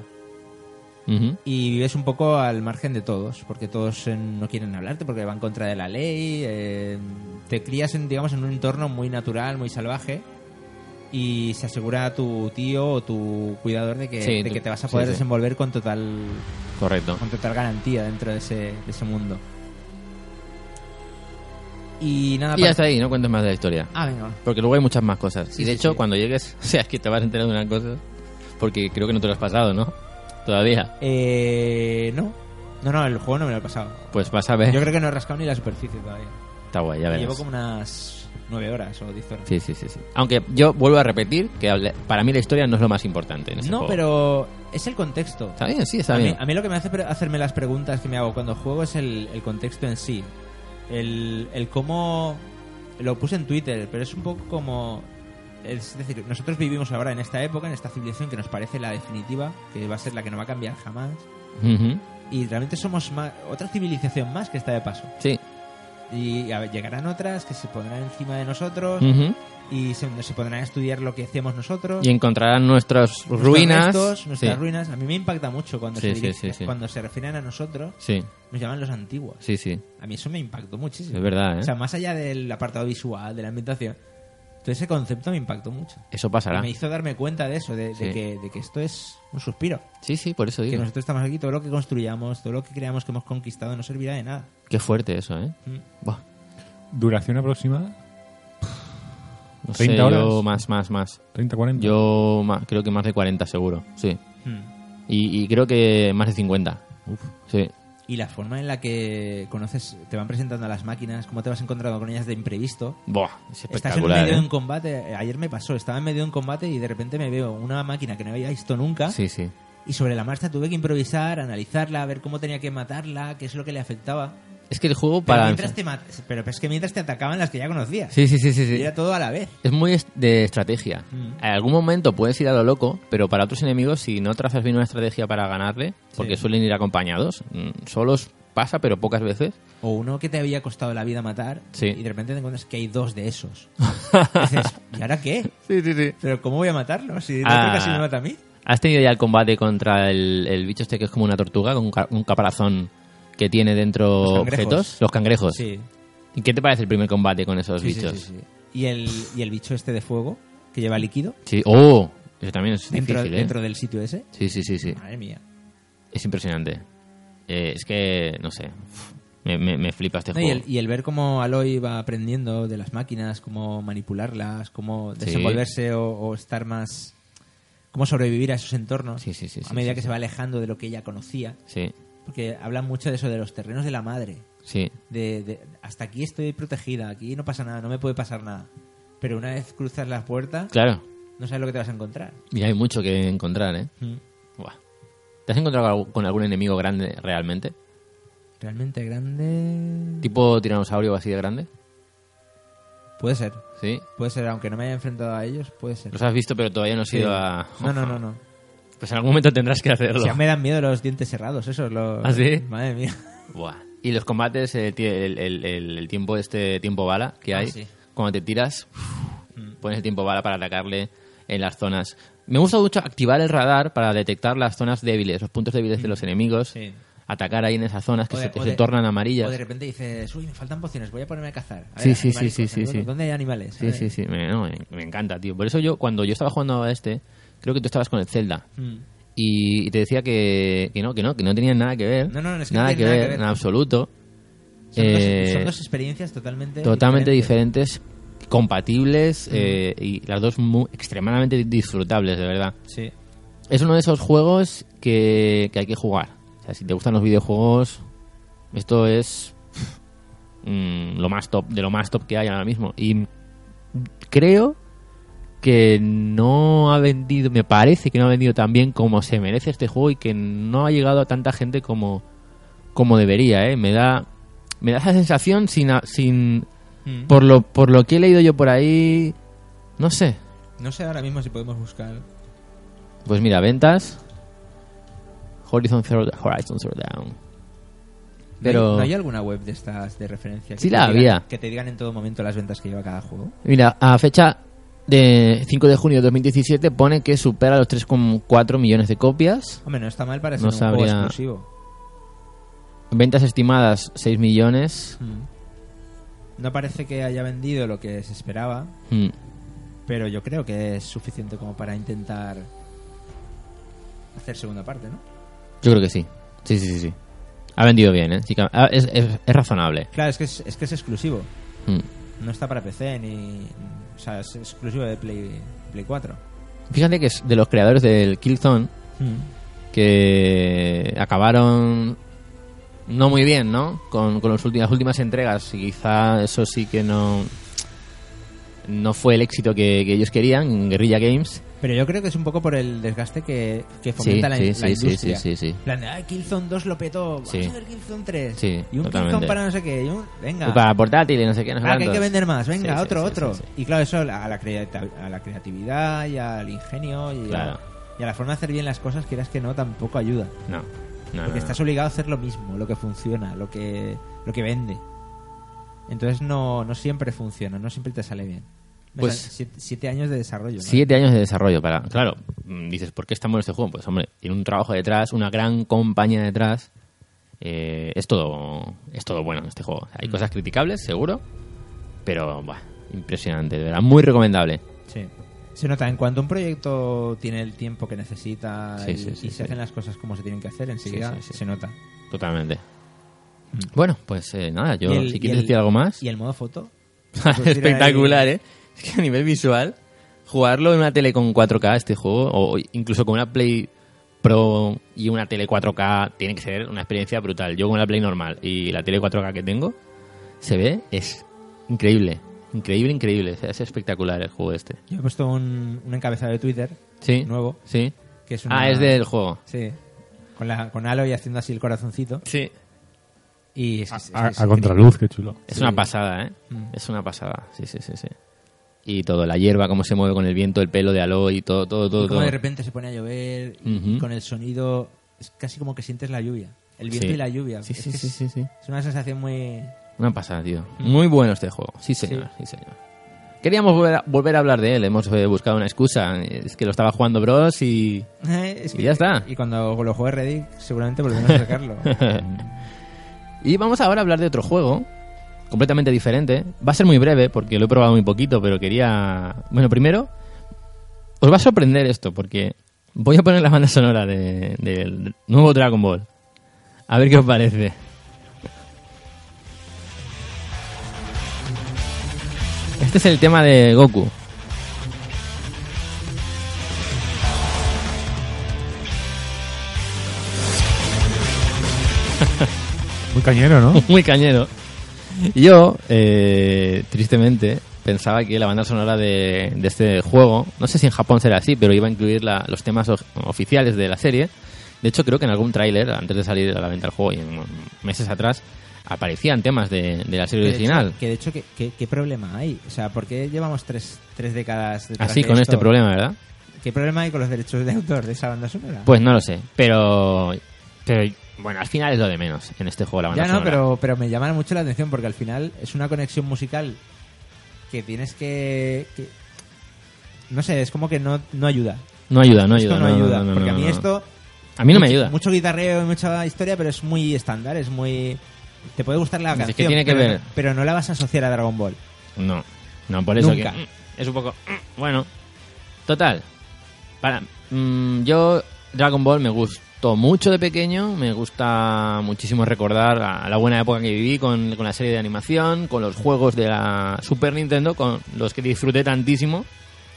Speaker 2: Y vives un poco al margen de todos, porque todos eh, no quieren hablarte, porque van contra de la ley. eh, te crías, en, digamos, en un entorno muy natural, muy salvaje. Y se asegura a tu tío o tu cuidador de que,
Speaker 1: Sí,
Speaker 2: de
Speaker 1: tú-
Speaker 2: que te vas a
Speaker 1: sí,
Speaker 2: poder
Speaker 1: sí.
Speaker 2: desenvolver con total,
Speaker 1: Correcto.
Speaker 2: con total garantía dentro de ese, de ese mundo. Y nada,
Speaker 1: Y ya
Speaker 2: para-
Speaker 1: está ahí, no cuentes más de la historia.
Speaker 2: Ah, venga. va.
Speaker 1: Porque luego hay muchas más cosas.
Speaker 2: Sí,
Speaker 1: y de
Speaker 2: sí,
Speaker 1: hecho,
Speaker 2: sí.
Speaker 1: cuando llegues, o sea, es que te vas a enterar de una cosa. Porque creo que no te lo has pasado, ¿no? Todavía.
Speaker 2: Eh, no. No, no, el juego no me lo he pasado.
Speaker 1: Pues vas a ver.
Speaker 2: Yo creo que no he rascado ni la superficie todavía.
Speaker 1: Está guay, ya verás.
Speaker 2: Llevo como unas 9 horas o 10 horas.
Speaker 1: Sí, sí, sí, sí. Aunque yo vuelvo a repetir que hable- para mí la historia no es lo más importante en este
Speaker 2: No,
Speaker 1: juego.
Speaker 2: pero es el contexto.
Speaker 1: Está bien, sí, está
Speaker 2: a,
Speaker 1: bien.
Speaker 2: Mí, a mí lo que me hace pre- hacerme las preguntas que me hago cuando juego es el, el contexto en sí. El, el cómo... Lo puse en Twitter, pero es un poco como... Es decir, nosotros vivimos ahora en esta época, en esta civilización que nos parece la definitiva, que va a ser la que no va a cambiar jamás.
Speaker 1: Ujú.
Speaker 2: Y realmente somos ma- otra civilización más que está de paso.
Speaker 1: Sí.
Speaker 2: Y a ver, llegarán otras que se pondrán encima de nosotros
Speaker 1: Ujú.
Speaker 2: y se, se pondrán a estudiar lo que hacemos nosotros.
Speaker 1: Mm. Y encontrarán nuestras ruinas.
Speaker 2: Nuestros restos, nuestras
Speaker 1: sí.
Speaker 2: ruinas. A mí me impacta mucho cuando,
Speaker 1: Sí,
Speaker 2: se
Speaker 1: sí,
Speaker 2: dirige-
Speaker 1: sí, sí.
Speaker 2: cuando se refieren a nosotros,
Speaker 1: Sí,
Speaker 2: nos llaman los antiguos.
Speaker 1: sí, sí.
Speaker 2: A mí eso me impactó muchísimo.
Speaker 1: Es verdad, ¿eh?
Speaker 2: O sea, más allá del apartado visual, de la ambientación, todo ese concepto me impactó mucho.
Speaker 1: Eso
Speaker 2: Y
Speaker 1: pasará.
Speaker 2: Me hizo darme cuenta de eso, de, de
Speaker 1: Ah. Sí.
Speaker 2: que, de que esto es un suspiro.
Speaker 1: Sí, sí, por eso
Speaker 2: Que
Speaker 1: digo.
Speaker 2: nosotros estamos aquí, todo lo que construyamos, todo lo que creamos que hemos conquistado no servirá de nada.
Speaker 1: Qué fuerte eso, ¿eh?
Speaker 2: Mm.
Speaker 1: Buah,
Speaker 3: Duración aproximada,
Speaker 1: no
Speaker 3: 30
Speaker 1: sé, yo
Speaker 3: horas.
Speaker 1: más, más, más.
Speaker 3: 30, 40.
Speaker 1: Yo ma- creo que más de 40 seguro, sí.
Speaker 2: Mm.
Speaker 1: Y, y creo que más de 50. Sí,
Speaker 2: Y la forma en la que conoces, te van presentando a las máquinas, cómo te vas encontrando con ellas de imprevisto,
Speaker 1: Buah, es
Speaker 2: Estás en
Speaker 1: espectacular.
Speaker 2: medio de un
Speaker 1: ¿eh?
Speaker 2: combate. Ayer me pasó, estaba en medio de un combate y de repente me veo una máquina que no había visto nunca
Speaker 1: Sí, sí.
Speaker 2: Y sobre la marcha tuve que improvisar, analizarla, ver cómo tenía que matarla, qué es lo que le afectaba.
Speaker 1: Es que el juego
Speaker 2: Pero,
Speaker 1: para...
Speaker 2: mientras te mat- pero es que mientras te atacaban las que ya conocías.
Speaker 1: Sí, sí, sí, sí. sí.
Speaker 2: Y era todo a la vez.
Speaker 1: Es muy est- de estrategia.
Speaker 2: Mm.
Speaker 1: En algún momento puedes ir a lo loco, pero para otros enemigos, si no trazas bien una estrategia para ganarle, porque
Speaker 2: Sí.
Speaker 1: suelen ir acompañados, mm, solos pasa, pero pocas veces.
Speaker 2: O uno que te había costado la vida matar
Speaker 1: Sí.
Speaker 2: y de repente te encuentras que hay dos de esos. Y dices, ¿y ahora qué?
Speaker 1: Sí, sí, sí.
Speaker 2: ¿Pero cómo voy a matarlo? Si no
Speaker 1: Ah.
Speaker 2: casi me mata a mí.
Speaker 1: ¿Has tenido ya el combate contra el, el bicho este que es como una tortuga, con un, ca- un caparazón que tiene dentro
Speaker 2: Los cangrejos.
Speaker 1: objetos? Los cangrejos.
Speaker 2: Sí.
Speaker 1: ¿Y qué te parece el primer combate con esos
Speaker 2: Sí, sí,
Speaker 1: bichos?
Speaker 2: sí, sí. Y, el, y el bicho este de fuego que lleva líquido
Speaker 1: Sí. ¡Oh! Eso también es
Speaker 2: dentro,
Speaker 1: difícil, ¿eh?
Speaker 2: dentro del sitio ese.
Speaker 1: Sí, sí, sí, sí.
Speaker 2: Madre mía.
Speaker 1: Es impresionante. Eh, es que, no sé, uf, me, me- me flipa este
Speaker 2: No, y,
Speaker 1: juego.
Speaker 2: el, y el ver cómo Aloy va aprendiendo de las máquinas, cómo manipularlas, cómo
Speaker 1: Sí.
Speaker 2: desenvolverse o, o estar más. cómo sobrevivir a esos entornos.
Speaker 1: Sí, sí, sí,
Speaker 2: a
Speaker 1: sí,
Speaker 2: medida
Speaker 1: sí,
Speaker 2: que
Speaker 1: sí.
Speaker 2: se va alejando de lo que ella conocía.
Speaker 1: Sí,
Speaker 2: Porque hablan mucho de eso, de los terrenos de la madre.
Speaker 1: sí.
Speaker 2: De, de, hasta aquí estoy protegida, aquí no pasa nada, no me puede pasar nada. Pero una vez cruzas la puerta,
Speaker 1: Claro.
Speaker 2: no sabes lo que te vas a encontrar.
Speaker 1: Y hay mucho que encontrar, ¿eh?
Speaker 2: Mm.
Speaker 1: Buah. ¿Te has encontrado algu- con algún enemigo grande realmente?
Speaker 2: Realmente grande.
Speaker 1: ¿Tipo tiranosaurio así de grande?
Speaker 2: Puede ser.
Speaker 1: ¿Sí?
Speaker 2: Puede ser, aunque no me haya enfrentado a ellos, puede ser.
Speaker 1: Los has visto, pero todavía no has
Speaker 2: Sí.
Speaker 1: ido a...
Speaker 2: No, no, no, no.
Speaker 1: Pues en algún momento tendrás que hacerlo.
Speaker 2: Ya me dan miedo los dientes cerrados, eso es lo.
Speaker 1: ¿Ah, sí?
Speaker 2: Madre mía.
Speaker 1: Buah. Y los combates, eh, ti- el, el- el- el tiempo este tiempo bala que
Speaker 2: Ah,
Speaker 1: hay,
Speaker 2: sí. Mm.
Speaker 1: cuando te tiras, pones el tiempo bala para atacarle en las zonas. Me gusta mucho activar el radar para detectar las zonas débiles, los puntos débiles de los enemigos,
Speaker 2: Mm. Sí.
Speaker 1: atacar ahí en esas zonas que
Speaker 2: O de-
Speaker 1: se, que
Speaker 2: o
Speaker 1: se
Speaker 2: de-
Speaker 1: tornan
Speaker 2: O
Speaker 1: amarillas.
Speaker 2: de repente dices, uy, me faltan pociones, voy a ponerme a cazar. A
Speaker 1: Sí,
Speaker 2: ver,
Speaker 1: sí, sí,
Speaker 2: animales,
Speaker 1: sí,
Speaker 2: cosas,
Speaker 1: sí, sí.
Speaker 2: ¿Dónde hay animales?
Speaker 1: Sí, sí, sí, me, no, me- me encanta, tío. Por eso yo, cuando yo estaba jugando a este, creo que tú estabas con el Zelda.
Speaker 2: Mm.
Speaker 1: Y, y te decía que, que no, que no, que no tenían nada que ver.
Speaker 2: No, no, no, es que no
Speaker 1: nada
Speaker 2: tiene
Speaker 1: que
Speaker 2: nada
Speaker 1: ver,
Speaker 2: que ver.
Speaker 1: en absoluto.
Speaker 2: Son,
Speaker 1: Eh,
Speaker 2: dos, son dos experiencias totalmente.
Speaker 1: totalmente diferentes, compatibles eh, y las dos muy, extremadamente disfrutables, de verdad.
Speaker 2: Sí.
Speaker 1: Es uno de esos juegos que, que hay que jugar. O sea, si te gustan los videojuegos, esto es mm, lo más top, de lo más top que hay ahora mismo. Y creo que no ha vendido, me parece que no ha vendido tan bien como se merece este juego y que no ha llegado a tanta gente como, como debería, ¿eh? Me da, me da esa sensación sin, a- sin,
Speaker 2: Mm.
Speaker 1: por lo, por lo que he leído yo por ahí, no sé.
Speaker 2: No sé ahora mismo si podemos buscar.
Speaker 1: Pues mira, ventas. Horizon Zero, Horizon Zero Dawn.
Speaker 2: ¿No hay,
Speaker 1: Pero
Speaker 2: no hay alguna web de estas de referencia? que
Speaker 1: Sí
Speaker 2: te
Speaker 1: la
Speaker 2: digan-
Speaker 1: había.
Speaker 2: Que te digan en todo momento las ventas que lleva cada juego.
Speaker 1: mira, a fecha de 5 de junio de 2017 pone que supera los 3,4 millones de copias.
Speaker 2: Hombre, no está mal para ser
Speaker 1: No
Speaker 2: un juego
Speaker 1: sabría-
Speaker 2: exclusivo.
Speaker 1: Ventas estimadas 6 millones.
Speaker 2: Mm. No parece que haya vendido lo que se esperaba,
Speaker 1: Mm.
Speaker 2: pero yo creo que es suficiente como para intentar hacer segunda parte, ¿no?
Speaker 1: Yo creo que sí. Sí, sí, sí, sí. Ha vendido bien, ¿eh? Sí que ha- ah, es, es- es razonable.
Speaker 2: Claro, es que es, es que es exclusivo.
Speaker 1: Mm.
Speaker 2: No está para PC ni. O sea, es exclusivo de Play, Play 4.
Speaker 1: Fíjate que es de los creadores del Killzone
Speaker 2: Hmm.
Speaker 1: que acabaron no muy bien, ¿no? Con, con los últi- las últimas entregas y quizá eso sí que no no fue el éxito que, que ellos querían, Guerrilla Games.
Speaker 2: Pero yo creo que es un poco por el desgaste que, que fomenta la,
Speaker 1: sí,
Speaker 2: la
Speaker 1: sí, sí,
Speaker 2: industria.
Speaker 1: sí, sí, sí.
Speaker 2: En plan de, "Ah, Killzone 2 lo petó, vamos
Speaker 1: Sí.
Speaker 2: a ver Killzone 3.
Speaker 1: Sí,
Speaker 2: y un
Speaker 1: totalmente.
Speaker 2: Killzone para no sé qué, y un... Venga.
Speaker 1: Y Para portátil y no sé qué, no sé
Speaker 2: Ah, que hay
Speaker 1: cuántos.
Speaker 2: que vender más,
Speaker 1: Sí,
Speaker 2: venga,
Speaker 1: sí,
Speaker 2: otro,
Speaker 1: sí,
Speaker 2: otro.
Speaker 1: sí, sí.
Speaker 2: Y claro, eso a la, creati- a la creatividad y al ingenio y, a-
Speaker 1: Claro.
Speaker 2: y a la forma de hacer bien las cosas, quieras que no, tampoco ayuda.
Speaker 1: No, no, no, no.
Speaker 2: Porque estás obligado a hacer lo mismo, lo que funciona, lo que, lo que vende. Entonces no, no siempre funciona, no siempre te sale bien. Me
Speaker 1: Pues-
Speaker 2: sal- siete, siete años de desarrollo. ¿no?
Speaker 1: Siete años de desarrollo para... Claro, mm, dices, ¿por qué es tan bueno este juego? Pues hombre, tiene un trabajo detrás, una gran compañía detrás. Eh, es todo es todo bueno en este juego.
Speaker 2: Mm.
Speaker 1: Hay cosas criticables, seguro, pero buah, impresionante, de verdad. Muy recomendable.
Speaker 2: Sí. Se nota, en cuanto un proyecto tiene el tiempo que necesita
Speaker 1: Sí,
Speaker 2: y,
Speaker 1: sí, sí,
Speaker 2: y se
Speaker 1: sí.
Speaker 2: hacen las cosas como se tienen que hacer, enseguida
Speaker 1: Sí, sí, sí.
Speaker 2: se nota.
Speaker 1: Totalmente. Bueno, pues eh, nada, yo
Speaker 2: Mm. Y el-
Speaker 1: si
Speaker 2: y
Speaker 1: quieres
Speaker 2: el-
Speaker 1: decir algo más...
Speaker 2: ¿Y el modo foto? Pues
Speaker 1: Espectacular, ¿eh? Es que a nivel visual, jugarlo en una tele con 4K este juego, o o incluso con una Play Pro y una tele 4K, tiene que ser una experiencia brutal. Yo con la Play normal y la tele 4K que tengo, se ve, es increíble. Increíble, increíble. O sea, es espectacular el juego este.
Speaker 2: Yo he puesto un, un encabezado de Twitter
Speaker 1: Sí.
Speaker 2: nuevo
Speaker 1: Sí.
Speaker 2: Que es una,
Speaker 1: Ah, es del juego.
Speaker 2: Sí. Con, la, con Aloy haciendo así el corazoncito.
Speaker 1: Sí.
Speaker 2: Y es,
Speaker 3: A,
Speaker 2: es- es
Speaker 3: a- a
Speaker 2: increíble.
Speaker 3: contraluz, qué chulo.
Speaker 1: Es
Speaker 2: Sí. Mm.
Speaker 1: una pasada, ¿eh? Es una pasada. Sí, sí, sí, sí. Y todo, la hierba, cómo se mueve con el viento, el pelo de Aloy, todo, todo, todo.
Speaker 2: Y como
Speaker 1: todo.
Speaker 2: de repente se pone a llover y
Speaker 1: Ujú.
Speaker 2: con el sonido es casi como que sientes la lluvia. El viento
Speaker 1: Sí.
Speaker 2: y la lluvia.
Speaker 1: Sí,
Speaker 2: Es
Speaker 1: sí,
Speaker 2: que
Speaker 1: sí,
Speaker 2: es-
Speaker 1: sí, sí.
Speaker 2: Es una sensación muy...
Speaker 1: Una pasada, tío. Muy bueno este juego. Sí, señor. Sí, señor. Queríamos volver a, volver a hablar de él. Hemos eh, buscado una excusa. Es que lo estaba jugando Bros y...
Speaker 2: Es
Speaker 1: Y ya está.
Speaker 2: Y cuando lo juegue Reddick seguramente volveremos a sacarlo.
Speaker 1: y vamos ahora a hablar de otro juego. Completamente diferente. Va a ser muy breve porque lo he probado muy poquito, pero quería... Bueno, primero... Os va a sorprender esto porque... Voy a poner la banda sonora de- del nuevo Dragon Ball. A ver qué os parece. Este es el tema de Goku.
Speaker 3: Muy cañero, ¿no?
Speaker 1: muy cañero. Yo, eh, tristemente, pensaba que la banda sonora de, de este juego, no sé si en Japón será así, pero iba a incluir la- los temas of- oficiales de la serie. De hecho, creo que en algún tráiler, antes de salir a la venta el juego y en- meses atrás, aparecían temas de, de la serie
Speaker 2: Que de
Speaker 1: original.
Speaker 2: hecho- que de hecho, ¿qué, qué, qué problema hay? O sea, ¿por qué llevamos tres, tres décadas detrás
Speaker 1: así,
Speaker 2: de
Speaker 1: con
Speaker 2: esto?
Speaker 1: este problema, ¿verdad?
Speaker 2: ¿Qué problema hay con los derechos de autor de esa banda sonora?
Speaker 1: Pues no lo sé, pero... pero bueno, al final es lo de menos en este juego la banda
Speaker 2: ya no,
Speaker 1: sonora.
Speaker 2: pero, pero me llama mucho la atención porque al final es una conexión musical que tienes que... que- no sé, es como que no, no ayuda.
Speaker 1: No ayuda, no ayuda.
Speaker 2: esto
Speaker 1: no,
Speaker 2: no,
Speaker 1: no,
Speaker 2: ayuda.
Speaker 1: no, no,
Speaker 2: porque a
Speaker 1: no,
Speaker 2: mí
Speaker 1: no.
Speaker 2: esto...
Speaker 1: A mí no me
Speaker 2: mucho-
Speaker 1: ayuda.
Speaker 2: Mucho guitarreo y mucha historia, pero es muy estándar, es muy... Te puede gustar la
Speaker 1: Es que
Speaker 2: canción,
Speaker 1: tiene que
Speaker 2: pero,
Speaker 1: ver.
Speaker 2: pero no la vas a asociar a Dragon Ball.
Speaker 1: No, no, por eso
Speaker 2: Nunca.
Speaker 1: que mm, es un poco mm, bueno. Total, para mm, yo Dragon Ball me gustó mucho de pequeño, me gusta muchísimo recordar a la buena época que viví con, con la serie de animación, con los juegos de la Super Nintendo, con los que disfruté tantísimo,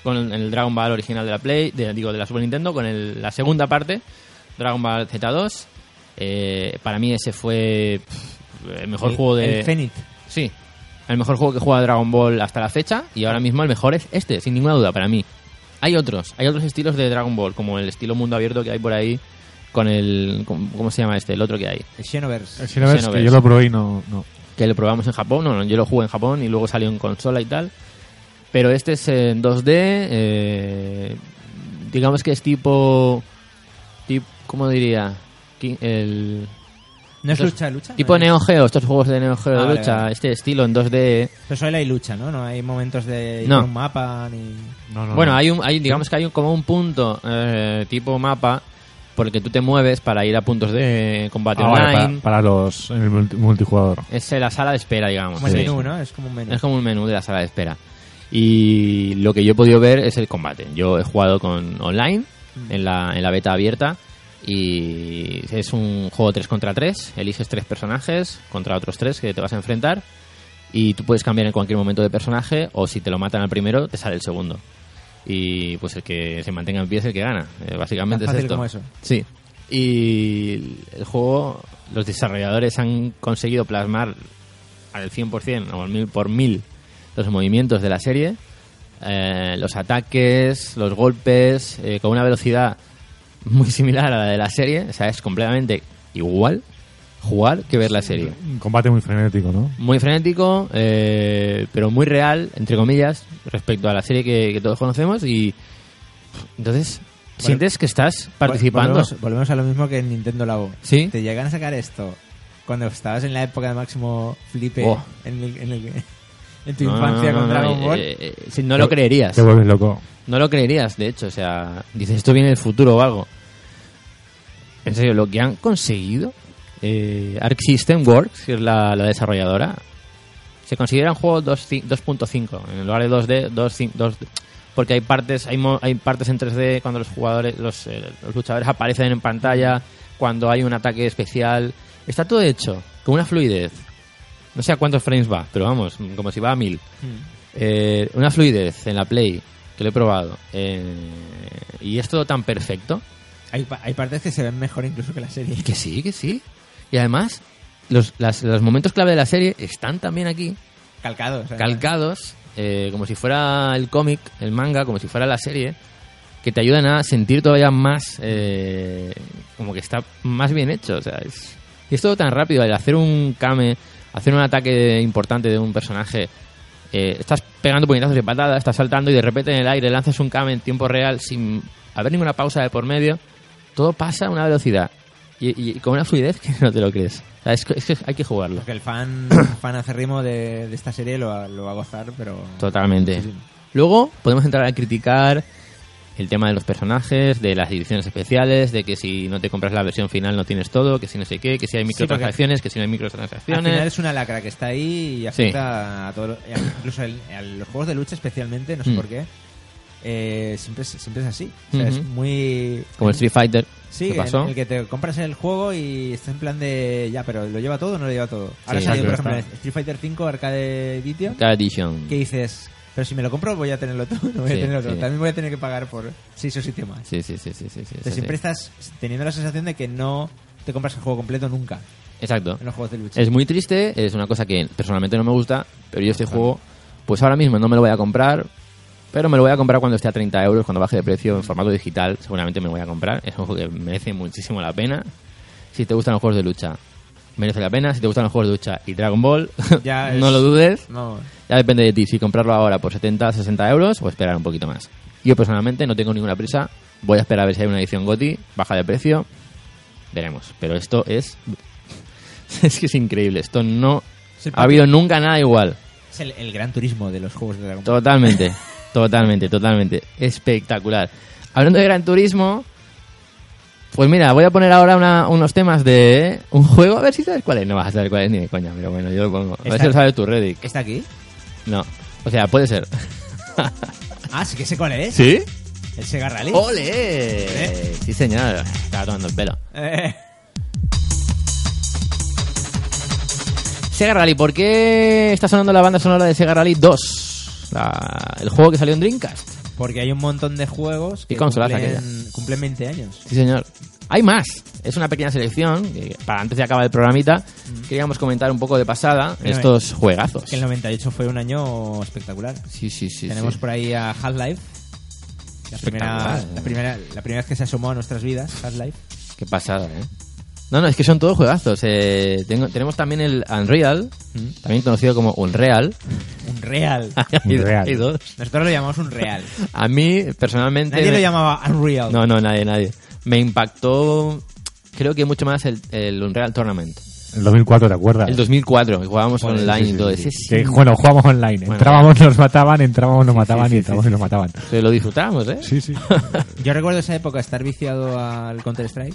Speaker 1: con el, el Dragon Ball original de la Play, de- digo de la Super Nintendo, con el- la segunda parte, Dragon Ball Z2. Eh, para mí ese fue pff, el mejor
Speaker 2: El-
Speaker 1: juego de
Speaker 2: El Zenith.
Speaker 1: Sí. El mejor juego que juega Dragon Ball hasta la fecha y ahora mismo el mejor es este, sin ninguna duda, para mí. Hay otros, hay otros estilos de Dragon Ball, como el estilo mundo abierto que hay por ahí con el... con- ¿Cómo se llama este? El otro que hay.
Speaker 2: El Xenoverse.
Speaker 3: El Xenoverse,
Speaker 1: Xenoverse.
Speaker 3: que yo lo probé y no... no.
Speaker 1: Que lo probamos en Japón, no, no, yo lo jugué en Japón y luego salió en consola y tal. Pero este es en 2D, eh, digamos que es tipo... tip- ¿Cómo diría? Ki- El,
Speaker 2: No es
Speaker 1: Entonces,
Speaker 2: lucha, lucha. ¿no?
Speaker 1: tipo Neo Geo, estos juegos de Neo Geo
Speaker 2: Ah,
Speaker 1: de
Speaker 2: vale,
Speaker 1: lucha,
Speaker 2: vale.
Speaker 1: este estilo en 2D...
Speaker 2: Pero solo hay lucha, ¿no? No hay momentos de ir
Speaker 1: No.
Speaker 2: por un mapa ni...
Speaker 3: No, no,
Speaker 1: Bueno,
Speaker 3: no.
Speaker 1: hay, un, hay digamos que hay un- como un punto eh, tipo mapa por el que tú te mueves para ir a puntos de combate
Speaker 3: Ah, vale,
Speaker 1: online.
Speaker 3: para, para los... En el multi- multijugador.
Speaker 1: Es eh, la sala de espera, digamos.
Speaker 2: Como el
Speaker 1: Sí.
Speaker 2: menú, ¿no? Es como un menú.
Speaker 1: Es como un menú de la sala de espera. Y lo que yo he podido ver es el combate. Yo he jugado con online,
Speaker 2: Mm.
Speaker 1: en la, en la beta abierta, y es un juego 3 contra 3. Eliges tres personajes contra otros tres que te vas a enfrentar, y tú puedes cambiar en cualquier momento de personaje, o si te lo matan al primero, te sale el segundo. Y pues el que se mantenga en pie es el que gana. Eh, básicamente
Speaker 2: Tan fácil
Speaker 1: es esto.
Speaker 2: como eso.
Speaker 1: Sí. Y el juego, los desarrolladores han conseguido plasmar al 100% o al 1000 por 1000 los movimientos de la serie, eh, los ataques, los golpes, eh, con una velocidad muy similar a la de la serie. O sea, es completamente igual jugar que ver la serie
Speaker 3: Un combate muy frenético, ¿no?
Speaker 1: muy frenético, eh, pero muy real, entre comillas, respecto a la serie que, que todos conocemos. Y entonces, sientes que estás participando.
Speaker 2: Volvemos, volvemos a lo mismo que en Nintendo Labo.
Speaker 1: Sí.
Speaker 2: Te llegan a sacar esto cuando estabas en la época de máximo flipe
Speaker 1: Oh.
Speaker 2: en, el- en el- en tu
Speaker 1: No, no,
Speaker 2: infancia
Speaker 1: no,
Speaker 2: con
Speaker 1: no,
Speaker 2: Dragon
Speaker 1: eh,
Speaker 2: Ball.
Speaker 1: eh, eh, sí, no lo creerías.
Speaker 3: Te vuelves loco.
Speaker 1: No lo creerías, de hecho. O sea, dices, esto viene del futuro o algo. En serio, lo que han conseguido eh, Arc System Works, que es la, la desarrolladora, se considera un juego 2 ci- 2.5. En lugar de 2D, 2.5. 2 porque hay partes, hay, mo- hay partes en 3D cuando los jugadores, los, eh, los luchadores aparecen en pantalla, cuando hay un ataque especial. Está todo hecho, con una fluidez. No sé a cuántos frames va, pero vamos, como si va a mil.
Speaker 2: Mm.
Speaker 1: Eh, una fluidez en la Play, que lo he probado. eh, y es todo tan perfecto.
Speaker 2: Hay, pa- hay partes que se ven mejor incluso que la serie.
Speaker 1: Que sí, que sí. Y además, los, las- los momentos clave de la serie están también aquí,
Speaker 2: Calcados. o sea,
Speaker 1: calcados, eh, como si fuera el cómic, el manga, como si fuera la serie. que te ayudan a sentir todavía más eh, como que está más bien hecho. O sea, es, y es todo tan rápido. El hacer un kame, hacer un ataque importante de un personaje, eh, estás pegando puñetazos de patada, estás saltando y de repente en el aire lanzas un kame en tiempo real sin haber ninguna pausa de por medio. Todo pasa a una velocidad y, y- y con una fluidez que no te lo crees. O sea, es, que- es que hay que jugarlo.
Speaker 2: Porque el fan, fan acérrimo de, de esta serie lo, va- lo va a gozar, pero...
Speaker 1: Totalmente. Luego podemos entrar a criticar el tema de los personajes, de las ediciones especiales, de que si no te compras la versión final no tienes todo, que si no sé qué, que si hay
Speaker 2: porque-
Speaker 1: microtransacciones, que si no hay
Speaker 2: Al final
Speaker 1: microtransacciones.
Speaker 2: es una lacra que está ahí y afecta a todos, incluso el- a los juegos de lucha especialmente, no sé
Speaker 1: Mm.
Speaker 2: por qué. Eh, siempre, es- siempre es así. O sea, Es
Speaker 1: Ujú.
Speaker 2: muy...
Speaker 1: Como el Street Fighter,
Speaker 2: Sí,
Speaker 1: ¿qué
Speaker 2: en
Speaker 1: pasó?
Speaker 2: el que te compras el juego y está en plan de ya, pero ¿lo lleva todo o no lo lleva todo? Ahora
Speaker 1: Sí,
Speaker 2: salió, por
Speaker 3: exacto,
Speaker 2: ejemplo,
Speaker 3: está.
Speaker 2: Street Fighter V Arcade Edition,
Speaker 1: Cada edición.
Speaker 2: que dices, pero si me lo compro voy a tenerlo todo, no voy
Speaker 1: Sí,
Speaker 2: a tenerlo todo.
Speaker 1: sí.
Speaker 2: También voy a tener que pagar por 6 o 7 más.
Speaker 1: Sí, sí, sí, sí, sí, sí, sí,
Speaker 2: Entonces siempre
Speaker 1: sí.
Speaker 2: estás teniendo la sensación de que no te compras el juego completo nunca
Speaker 1: Exacto.
Speaker 2: en los juegos de lucha.
Speaker 1: Es muy triste, es una cosa que personalmente no me gusta, pero yo este juego, pues ahora mismo no me lo voy a comprar, pero me lo voy a comprar cuando esté a 30 euros, cuando baje de precio en formato digital, seguramente me lo voy a comprar. Es un juego que merece muchísimo la pena. Si te gustan los juegos de lucha, merece la pena. Si te gustan los juegos de lucha y Dragon Ball,
Speaker 2: Ya
Speaker 1: no
Speaker 2: es-
Speaker 1: lo dudes.
Speaker 2: No,
Speaker 1: Ya depende de ti, si comprarlo ahora por 70, 60 euros o esperar un poquito más. Yo personalmente no tengo ninguna prisa, voy a esperar a ver si hay una edición GOTI, baja de precio, veremos. Pero esto es... Es que es increíble, esto no
Speaker 2: Sí,
Speaker 1: ha habido nunca nada igual.
Speaker 2: es el, el gran turismo de los juegos de Dragon Ball.
Speaker 1: Totalmente, totalmente, totalmente. Espectacular. Hablando de Gran Turismo, pues mira, voy a poner ahora una- unos temas de un juego, a ver si sabes cuál es. No vas a saber cuál es ni de coña, pero bueno, yo lo pongo. A ver
Speaker 2: Está-
Speaker 1: si lo sabes tú, Reddick.
Speaker 2: ¿Está aquí?
Speaker 1: No, o sea, puede ser.
Speaker 2: Ah, sí que sé cuál es.
Speaker 1: ¿Sí? Oh.
Speaker 2: El Sega Rally.
Speaker 1: ¡Ole!
Speaker 2: ¿Eh?
Speaker 1: Sí, señor. Estaba tomando el pelo.
Speaker 2: Eh,
Speaker 1: Sega Rally, ¿por qué está sonando la banda sonora de Sega Rally 2? La- el juego que salió en Dreamcast.
Speaker 2: porque hay un montón de juegos que
Speaker 1: consolas
Speaker 2: cumplen, cumplen 20 años.
Speaker 1: Sí, señor. Hay más. Es una pequeña selección. eh, Para antes de acabar el programita, queríamos comentar un poco de pasada
Speaker 2: Mira,
Speaker 1: estos juegazos.
Speaker 2: Que el 98 fue un año espectacular.
Speaker 1: Sí, sí, sí.
Speaker 2: Tenemos
Speaker 1: sí.
Speaker 2: por ahí a Half-Life. La primera,
Speaker 1: Espectacular.
Speaker 2: la, primera, la primera vez que se asomó a nuestras vidas, Half-Life.
Speaker 1: Qué pasada, ¿eh? No, no, es que son todos juegazos. eh, tengo- tenemos también el Unreal, también conocido como Unreal.
Speaker 2: Un real.
Speaker 1: Hay-
Speaker 3: Unreal.
Speaker 1: hay dos.
Speaker 2: Nosotros lo llamamos un real.
Speaker 1: A mí, personalmente...
Speaker 2: Nadie
Speaker 1: me-
Speaker 2: lo llamaba Unreal.
Speaker 1: No, no, nadie, nadie. Me impactó, creo que mucho más el, el Unreal Tournament.
Speaker 3: El 2004, ¿te acuerdas?
Speaker 1: El 2004, que jugábamos online y todo. Ese sí
Speaker 3: Que, bueno, jugábamos online.
Speaker 1: Bueno.
Speaker 3: entrábamos, nos mataban, entrábamos, nos mataban
Speaker 1: sí,
Speaker 3: y entrábamos y nos mataban.
Speaker 1: que lo disfrutamos, ¿eh?
Speaker 3: Sí, sí.
Speaker 2: Yo recuerdo esa época estar viciado al Counter-Strike.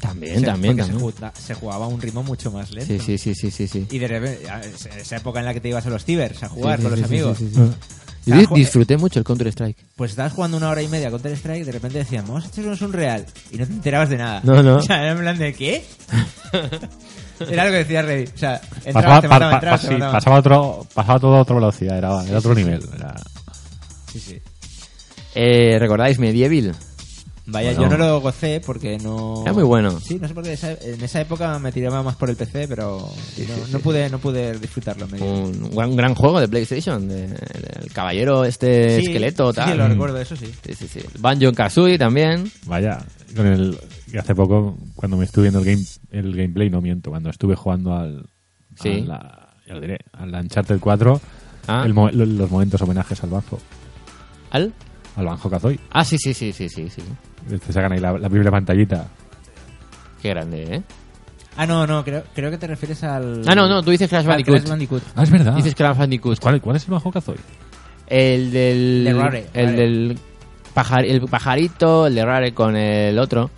Speaker 1: También,
Speaker 2: Se-
Speaker 1: también,
Speaker 2: porque se
Speaker 1: también.
Speaker 2: juta- Se, jugaba a un ritmo mucho más lento.
Speaker 1: Sí, sí, sí, sí, sí, sí.
Speaker 2: Y de repente, a- esa- esa época en la que te ibas a los cibers a jugar
Speaker 1: Sí, sí,
Speaker 2: con
Speaker 1: sí,
Speaker 2: los
Speaker 1: sí,
Speaker 2: amigos,
Speaker 1: sí, sí, sí. Yo
Speaker 2: Ah,
Speaker 1: di-
Speaker 2: jo-
Speaker 1: disfruté mucho el Counter Strike.
Speaker 2: pues estabas jugando una hora y media Counter Strike y de repente decían, vamos a echarnos un real. Y no te enterabas de nada.
Speaker 1: No, no.
Speaker 2: O sea, era en plan de, ¿qué? era lo que decía Rey. O sea, entrabas,
Speaker 3: Pasaba,
Speaker 2: te
Speaker 3: pa-
Speaker 2: mataban,
Speaker 3: pa-
Speaker 2: entrabas,
Speaker 3: sí,
Speaker 2: te mataban.
Speaker 3: pasaba otro, pasaba todo a otra velocidad, era, era otro nivel. era-
Speaker 2: Sí, sí.
Speaker 1: Eh, ¿Recordáis Medieval?
Speaker 2: Vaya,
Speaker 1: Bueno.
Speaker 2: yo no lo gocé porque no...
Speaker 1: Era muy bueno.
Speaker 2: Sí, no sé por qué esa- en esa época me tiraba más por el PC, pero no, no pude, no pude disfrutarlo. me-
Speaker 1: Un, gran- gran juego de PlayStation. de- el, el caballero, este
Speaker 2: Sí,
Speaker 1: esqueleto,
Speaker 2: sí,
Speaker 1: tal.
Speaker 2: Sí, lo recuerdo, eso sí.
Speaker 1: Sí, sí, sí. Banjo Kazooie también.
Speaker 3: Vaya, con el que hace poco cuando me estuve viendo el game el gameplay no miento, cuando estuve jugando al
Speaker 1: Sí.
Speaker 3: al, la- ya lo diré, al Uncharted 4,
Speaker 1: Ah.
Speaker 3: el mo- lo- los momentos homenajes al Banjo,
Speaker 1: ¿Al?
Speaker 3: al Banjo Kazooie.
Speaker 1: Ah, sí, sí, sí, sí, sí, sí.
Speaker 3: Te sacan ahí la, la primera pantallita.
Speaker 1: Qué grande, ¿eh?
Speaker 2: Ah, no, no, creo, creo que te refieres al...
Speaker 1: Ah, no, no, tú dices Crash
Speaker 2: al
Speaker 1: Bandicoot.
Speaker 2: Crash Bandicoot.
Speaker 3: Ah, es verdad.
Speaker 1: Dices Crash Bandicoot.
Speaker 3: ¿Cuál, ¿Cuál es el Banjo Kazooie?
Speaker 1: El del...
Speaker 2: De Rare,
Speaker 1: El
Speaker 2: Rare.
Speaker 1: del... pajar- el pajarito, el de Rare con el otro.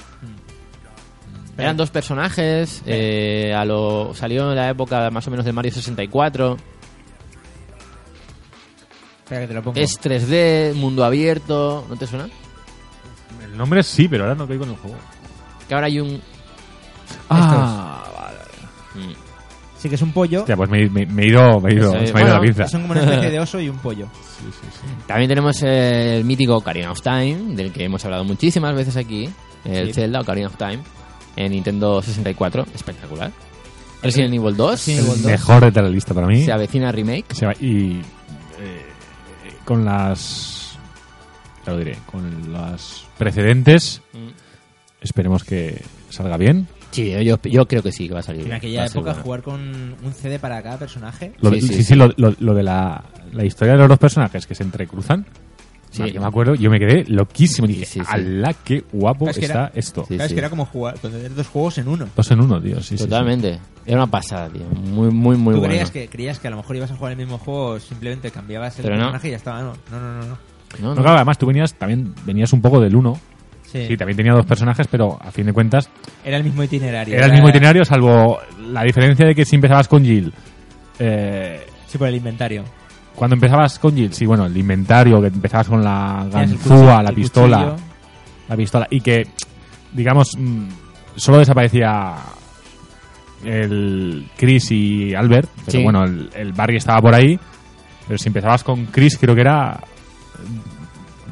Speaker 2: Mm.
Speaker 1: Eran dos personajes. eh, a lo, salió en la época más o menos del Mario 64.
Speaker 2: Espera que te lo pongo.
Speaker 1: Es 3D, mundo abierto. ¿No te suena?
Speaker 3: El nombre sí, pero ahora no caigo en el juego.
Speaker 1: Que ahora hay un.
Speaker 3: Ah, vale.
Speaker 2: Sí, que es un pollo.
Speaker 3: Hostia, pues me, me- me he ido, me he ido,
Speaker 1: Eso es.
Speaker 3: se me ha ido
Speaker 1: Bueno,
Speaker 3: la pinza.
Speaker 2: Son como una especie de oso y un pollo.
Speaker 1: También tenemos eh, el mítico Ocarina of Time, del que hemos hablado muchísimas veces aquí. El
Speaker 2: Sí.
Speaker 1: Zelda Ocarina of Time en Nintendo 64. Espectacular. Resident Evil 2.
Speaker 2: Resident Evil
Speaker 3: El mejor de la lista para mí.
Speaker 1: Se avecina remake.
Speaker 3: Se va- y eh, con eh, las ya lo diré, con las precedentes.
Speaker 1: Mm.
Speaker 3: Esperemos que salga bien.
Speaker 1: Sí, yo, yo creo que sí, que va a salir.
Speaker 2: En
Speaker 1: bien,
Speaker 2: aquella
Speaker 1: va a ser
Speaker 2: época
Speaker 1: buena.
Speaker 2: jugar con un CD para cada personaje.
Speaker 3: Lo
Speaker 1: Sí,
Speaker 3: de-
Speaker 1: sí,
Speaker 3: sí,
Speaker 1: sí.
Speaker 3: sí, lo, lo- lo de la, la historia de los dos personajes que se entrecruzan.
Speaker 1: Sí.
Speaker 3: Ah, yo me acuerdo, yo me quedé loquísimo. Dije,
Speaker 1: Sí, sí, sí.
Speaker 3: ¡ala, qué guapo
Speaker 2: Es que
Speaker 3: está
Speaker 2: era-
Speaker 3: esto!
Speaker 1: Sí,
Speaker 2: Claro, es
Speaker 1: sí.
Speaker 2: que era como jugar, tener dos juegos en uno.
Speaker 3: Dos en uno, tío. Sí, sí, sí.
Speaker 1: Totalmente. Era una pasada, tío. Muy, muy, muy
Speaker 2: Tú
Speaker 1: bueno.
Speaker 2: creías, que, creías que a lo mejor ibas a jugar el mismo juego, simplemente cambiabas el
Speaker 1: Pero no.
Speaker 2: personaje y ya estaba. No, no, no. no, no.
Speaker 1: No,
Speaker 3: No,
Speaker 1: no.
Speaker 3: claro, además tú venías, también venías un poco del uno.
Speaker 2: Sí.
Speaker 3: Sí, también tenía dos personajes, pero a fin de cuentas
Speaker 2: Era el mismo itinerario.
Speaker 3: era el mismo itinerario, salvo la diferencia de que si empezabas con Jill. eh,
Speaker 2: Sí, por el inventario.
Speaker 3: cuando empezabas con Jill, sí, bueno, el inventario, que empezabas con la
Speaker 2: Tenías el
Speaker 3: ganzúa,
Speaker 2: cuchillo-
Speaker 3: la
Speaker 2: el
Speaker 3: pistola,
Speaker 2: cuchillo.
Speaker 3: la pistola, y que, digamos, mm, solo desaparecía el Chris y Albert, pero
Speaker 1: Sí.
Speaker 3: bueno, el, el Barry estaba por ahí, pero si empezabas con Chris, creo que era...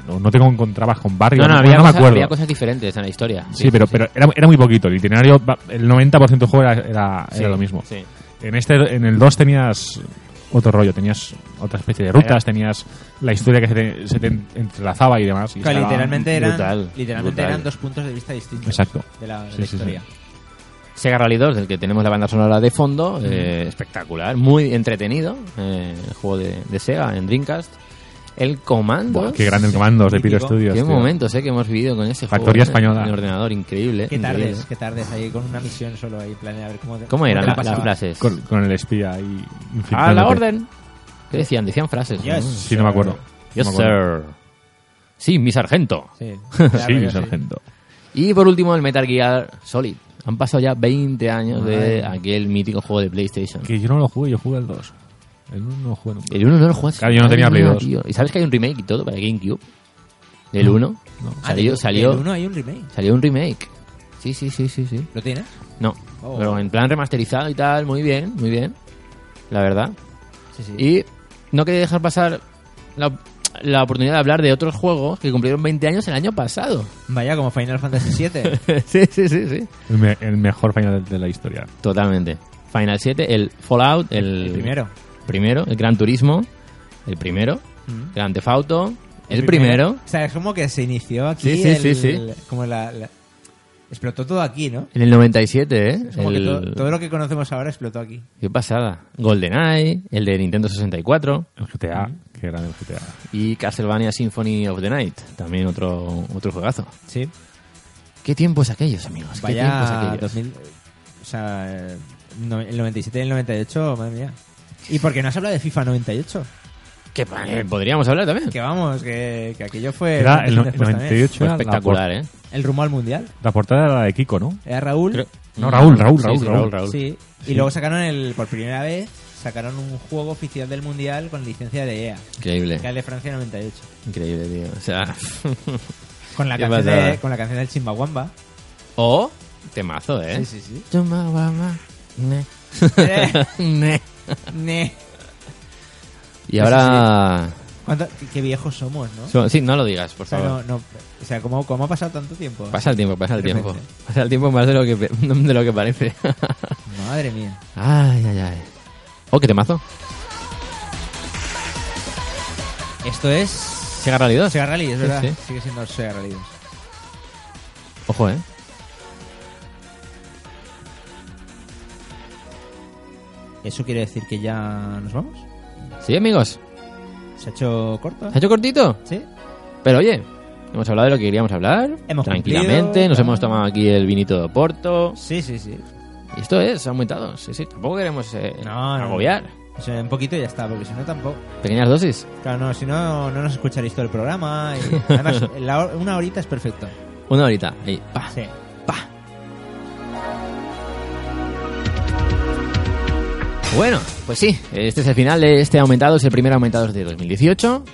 Speaker 3: No, no te encontrabas con Barry,
Speaker 1: No,
Speaker 3: o
Speaker 1: no,
Speaker 3: no,
Speaker 1: había,
Speaker 3: no me
Speaker 1: cosas,
Speaker 3: acuerdo.
Speaker 1: había cosas diferentes en la historia.
Speaker 3: Sí, pero, pero era, era muy poquito. El itinerario, va- el 90% del juego era, era, era lo mismo.
Speaker 1: Sí.
Speaker 3: En este en el 2 tenías otro rollo, tenías otra especie de rutas, tenías la historia que se te, se te entrelazaba y demás. y
Speaker 2: Claro,
Speaker 3: estaba
Speaker 2: literalmente eran,
Speaker 1: brutal,
Speaker 2: literalmente
Speaker 1: brutal.
Speaker 2: eran dos puntos de vista distintos
Speaker 3: Exacto.
Speaker 2: de la, de
Speaker 3: Sí,
Speaker 2: la
Speaker 3: sí, sí.
Speaker 2: historia.
Speaker 1: Sega Rally 2, del que tenemos la banda sonora de fondo, eh, espectacular, muy entretenido, eh, el juego de, de Sega en Dreamcast. El Comando.
Speaker 3: Buah, qué grande el comando de Piro
Speaker 2: Mítico.
Speaker 3: Studios.
Speaker 1: Qué
Speaker 3: tío.
Speaker 1: momentos eh, que hemos vivido con ese
Speaker 3: Factoría
Speaker 1: juego. eh,
Speaker 3: española.
Speaker 1: En el ordenador, increíble.
Speaker 2: Qué
Speaker 1: Eh, increíble.
Speaker 2: tardes, qué tardes ahí con una misión solo ahí planear a ver cómo.
Speaker 1: ¿Cómo eran
Speaker 2: te
Speaker 1: la-
Speaker 2: pasaba.
Speaker 1: las frases?
Speaker 3: Con, con el espía ahí.
Speaker 1: ¡A la
Speaker 3: infiltrándote.
Speaker 1: orden! ¿Qué decían? Decían frases. ¿no?
Speaker 2: Yes.
Speaker 3: Sí, no me acuerdo.
Speaker 1: Yes,
Speaker 3: No me acuerdo.
Speaker 1: sir. Sí, mi sargento.
Speaker 2: Sí,
Speaker 3: Sí,
Speaker 2: claro,
Speaker 3: mi sargento.
Speaker 1: Y por último, el Metal Gear Solid. Han pasado ya 20 años de
Speaker 2: Madre.
Speaker 1: aquel mítico juego de PlayStation.
Speaker 3: Que yo no lo jugué, yo jugué al 2. El 1 no lo jugué nunca.
Speaker 1: El 1 no lo jugaste.
Speaker 3: Claro, yo no tenía Play 2.
Speaker 1: tío. ¿Y sabes que hay un remake y todo para GameCube? ¿Del 1? Salió,
Speaker 2: Ah,
Speaker 1: salió,
Speaker 2: El uno hay un remake.
Speaker 1: salió un remake. Sí, sí, sí, sí, sí.
Speaker 2: ¿Lo tienes?
Speaker 1: No,
Speaker 2: Oh.
Speaker 1: pero en plan remasterizado y tal, muy bien, muy bien. La verdad.
Speaker 2: Sí, sí.
Speaker 1: Y no quería dejar pasar la, la oportunidad de hablar de otros juegos que cumplieron 20 años el año pasado.
Speaker 2: Vaya, como Final Fantasy VII.
Speaker 1: sí, sí, sí, sí.
Speaker 3: El, me- el mejor final de, de la historia.
Speaker 1: Totalmente. Final 7, el Fallout, el,
Speaker 2: el primero.
Speaker 1: primero, el Gran Turismo, el primero,
Speaker 2: Mm.
Speaker 1: Gran Theft Auto, el, primero,
Speaker 2: O sea, es como que se inició aquí.
Speaker 1: Sí, sí,
Speaker 2: el-
Speaker 1: sí, sí.
Speaker 2: Como la, la- Explotó todo aquí, ¿no?
Speaker 1: en el 97, ¿eh?
Speaker 2: Es como que
Speaker 1: El-
Speaker 2: todo, todo lo que conocemos ahora explotó aquí.
Speaker 1: Qué pasada. GoldenEye, el de Nintendo 64
Speaker 3: El GTA, que era el GTA.
Speaker 1: y Castlevania Symphony of the Night, también otro otro juegazo.
Speaker 2: Sí.
Speaker 1: ¿Qué tiempos aquellos, amigos? ¿Qué tiempos
Speaker 2: Vaya,
Speaker 1: aquellos?
Speaker 2: 2000, o sea, eh, no- el 97 y el 98, madre mía. ¿Y por qué no has hablado de FIFA 98?
Speaker 1: Que eh, podríamos hablar también.
Speaker 2: Que vamos, que, que aquello fue...
Speaker 3: Era
Speaker 2: un antes y un
Speaker 3: el, no-
Speaker 2: después también.
Speaker 3: 98
Speaker 1: Fue
Speaker 3: era la
Speaker 1: espectacular, ¿eh?
Speaker 2: El rumbo al mundial.
Speaker 3: por- La portada era la de Kiko, ¿no?
Speaker 2: Era Raúl.
Speaker 1: Creo-
Speaker 3: No, Raúl, Raúl,
Speaker 1: Sí,
Speaker 3: Raúl,
Speaker 1: sí,
Speaker 3: Raúl.
Speaker 2: Sí. Y luego sacaron el... Por primera vez, sacaron un juego oficial del mundial con licencia de EA. Que era
Speaker 1: Increíble.
Speaker 2: el de Francia 98.
Speaker 1: Increíble, tío. O sea,
Speaker 2: Con la,
Speaker 1: Qué
Speaker 2: canción,
Speaker 1: pasada.
Speaker 2: de, con la canción del Chimbawamba.
Speaker 1: o temazo, ¿eh?
Speaker 2: Sí, sí,
Speaker 1: Toma, guama, ne.
Speaker 2: Eh.
Speaker 1: Ne.
Speaker 2: sí. Ne.
Speaker 1: Y ahora
Speaker 2: ¿Cuánto- Qué viejos somos, ¿no?
Speaker 1: So- Sí, no lo digas, por
Speaker 2: o sea,
Speaker 1: favor.
Speaker 2: no, no, o sea ¿cómo, ¿cómo ha pasado tanto tiempo?
Speaker 1: Pasa el tiempo, pasa el
Speaker 2: De
Speaker 1: tiempo.
Speaker 2: repente.
Speaker 1: Pasa el tiempo más de lo que, pe- de lo que parece.
Speaker 2: Madre mía.
Speaker 1: ay, ay, ay. Oh, qué temazo.
Speaker 2: Esto es
Speaker 1: Sega Rally 2.
Speaker 2: Sega Rally, es
Speaker 1: Sí,
Speaker 2: verdad.
Speaker 1: sí.
Speaker 2: Sigue siendo Sega Rally 2.
Speaker 1: Ojo, eh.
Speaker 2: ¿Eso quiere decir que ya nos vamos?
Speaker 1: Sí, amigos.
Speaker 2: ¿Se ha hecho corto?
Speaker 1: ¿Se ha hecho cortito?
Speaker 2: ¿Sí?
Speaker 1: Pero oye, hemos hablado de lo que queríamos hablar.
Speaker 2: Hemos
Speaker 1: tranquilamente.
Speaker 2: cumplido,
Speaker 1: nos
Speaker 2: ¿no?
Speaker 1: hemos tomado aquí el vinito de Porto.
Speaker 2: Sí, sí, sí.
Speaker 1: Y esto es, aumentados. Sí, sí, tampoco queremos eh,
Speaker 2: No, no.
Speaker 1: agobiar.
Speaker 2: O sea, un poquito y ya está, porque si no tampoco.
Speaker 1: Pequeñas dosis.
Speaker 2: Claro, no, si no, no nos escucharéis todo el programa. Y además, la hor- una horita es perfecto.
Speaker 1: Una horita. Ahí, pa.
Speaker 2: Sí.
Speaker 1: Bueno, pues sí, este es el final de este aumentado, es el primer aumentado de 2018.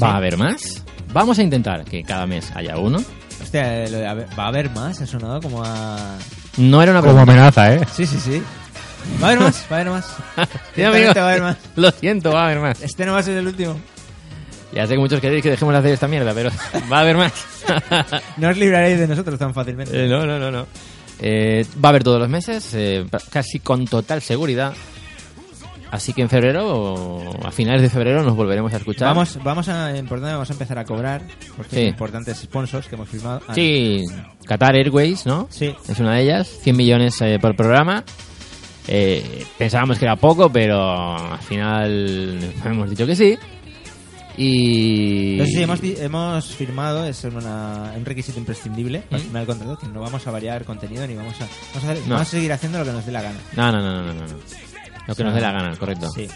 Speaker 1: Va a haber más. Vamos a intentar que cada mes haya uno.
Speaker 2: Hostia, lo de haber- va a haber más, ha sonado como a.
Speaker 1: No era una
Speaker 3: Como
Speaker 1: pregunta.
Speaker 3: amenaza, ¿eh?
Speaker 2: Sí, sí, sí. Va a haber más, va a haber más.
Speaker 1: Sí, amigo.
Speaker 2: Va a haber más.
Speaker 1: Lo siento, va a haber más.
Speaker 2: Este no va a ser el último.
Speaker 1: Ya sé que muchos queréis que dejemos de hacer esta mierda, pero va a haber más.
Speaker 2: No os libraréis de nosotros tan fácilmente.
Speaker 1: Eh, no, no, no, no. Eh, va a haber todos los meses, eh, casi con total seguridad. Así que en febrero, o a finales de febrero, nos volveremos a escuchar.
Speaker 2: Vamos, vamos a, importante, vamos a empezar a cobrar porque
Speaker 1: Sí.
Speaker 2: hay importantes sponsors que hemos firmado. Ah,
Speaker 1: Sí, Qatar Airways, ¿no?
Speaker 2: Sí.
Speaker 1: Es una de ellas, 100 millones eh, por programa. Eh, pensábamos que era poco, pero al final hemos dicho que sí. Y...
Speaker 2: Entonces, sí, hemos, di- hemos firmado, es una- un requisito imprescindible para
Speaker 1: ¿Mm?
Speaker 2: firmar el contrato, que no vamos a variar contenido ni vamos a, vamos a, hacer-
Speaker 1: No.
Speaker 2: vamos a seguir haciendo lo que nos dé la gana.
Speaker 1: No, no, no, no, no, no. Lo que nos dé la gana, correcto.
Speaker 2: Sí.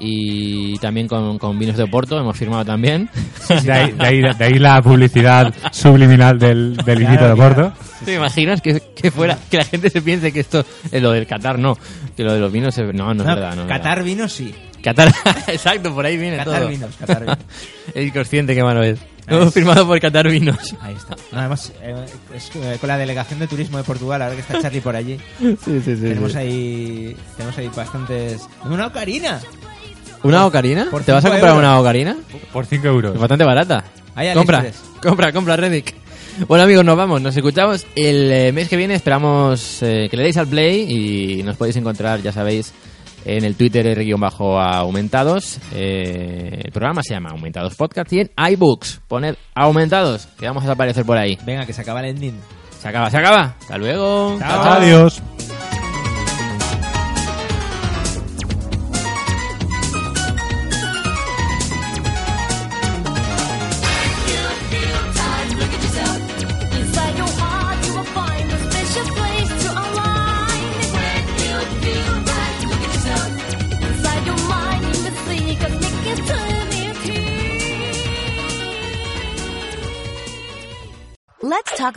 Speaker 1: Y también con, con vinos de Oporto hemos firmado también.
Speaker 3: De ahí, de ahí- de ahí la publicidad subliminal del, del
Speaker 2: Claro,
Speaker 3: vinito de
Speaker 2: mira.
Speaker 3: Porto.
Speaker 1: ¿Te imaginas que, que fuera que la gente se piense que esto es lo del Qatar? No, que lo de los vinos es- no, no,
Speaker 2: No,
Speaker 1: es verdad. No es
Speaker 2: Qatar vino, sí.
Speaker 1: verdad. Qatar, exacto, por ahí viene
Speaker 2: Qatar
Speaker 1: todo.
Speaker 2: vinos, Qatar vinos.
Speaker 1: Es consciente que malo es.
Speaker 2: Ah,
Speaker 1: Hemos
Speaker 2: es-
Speaker 1: firmado por Qatar Vinos.
Speaker 2: Ahí está. No, además, eh, es, eh, con la delegación de turismo de Portugal, ahora que está Charlie por allí,
Speaker 1: Sí, sí,
Speaker 2: tenemos ahí tenemos ahí bastantes... ¡Una ocarina!
Speaker 1: ¿Una ocarina?
Speaker 2: Por
Speaker 1: ¿Te vas a
Speaker 2: cinco
Speaker 1: comprar
Speaker 2: euros.
Speaker 1: una ocarina?
Speaker 3: Por 5 euros.
Speaker 1: Es bastante barata.
Speaker 2: Ahí,
Speaker 1: compra,
Speaker 2: AliExpress.
Speaker 1: compra, compra, Reddick. Bueno amigos, nos vamos, nos escuchamos el eh, mes que viene, esperamos eh, que le deis al play y nos podéis encontrar, ya sabéis, en el Twitter R-Aumentados, eh, el programa se llama Aumentados Podcast y en iBooks, poned Aumentados, que vamos a aparecer por ahí.
Speaker 2: Venga, que se acaba el ending.
Speaker 1: Se acaba, se acaba. Hasta luego. Chao, chao.
Speaker 3: Adiós.
Speaker 4: Inside your heart, you will find a special place to align. When you feel right, look at yourself. Inside your mind, you can see, you can make it turn your
Speaker 5: Let's talk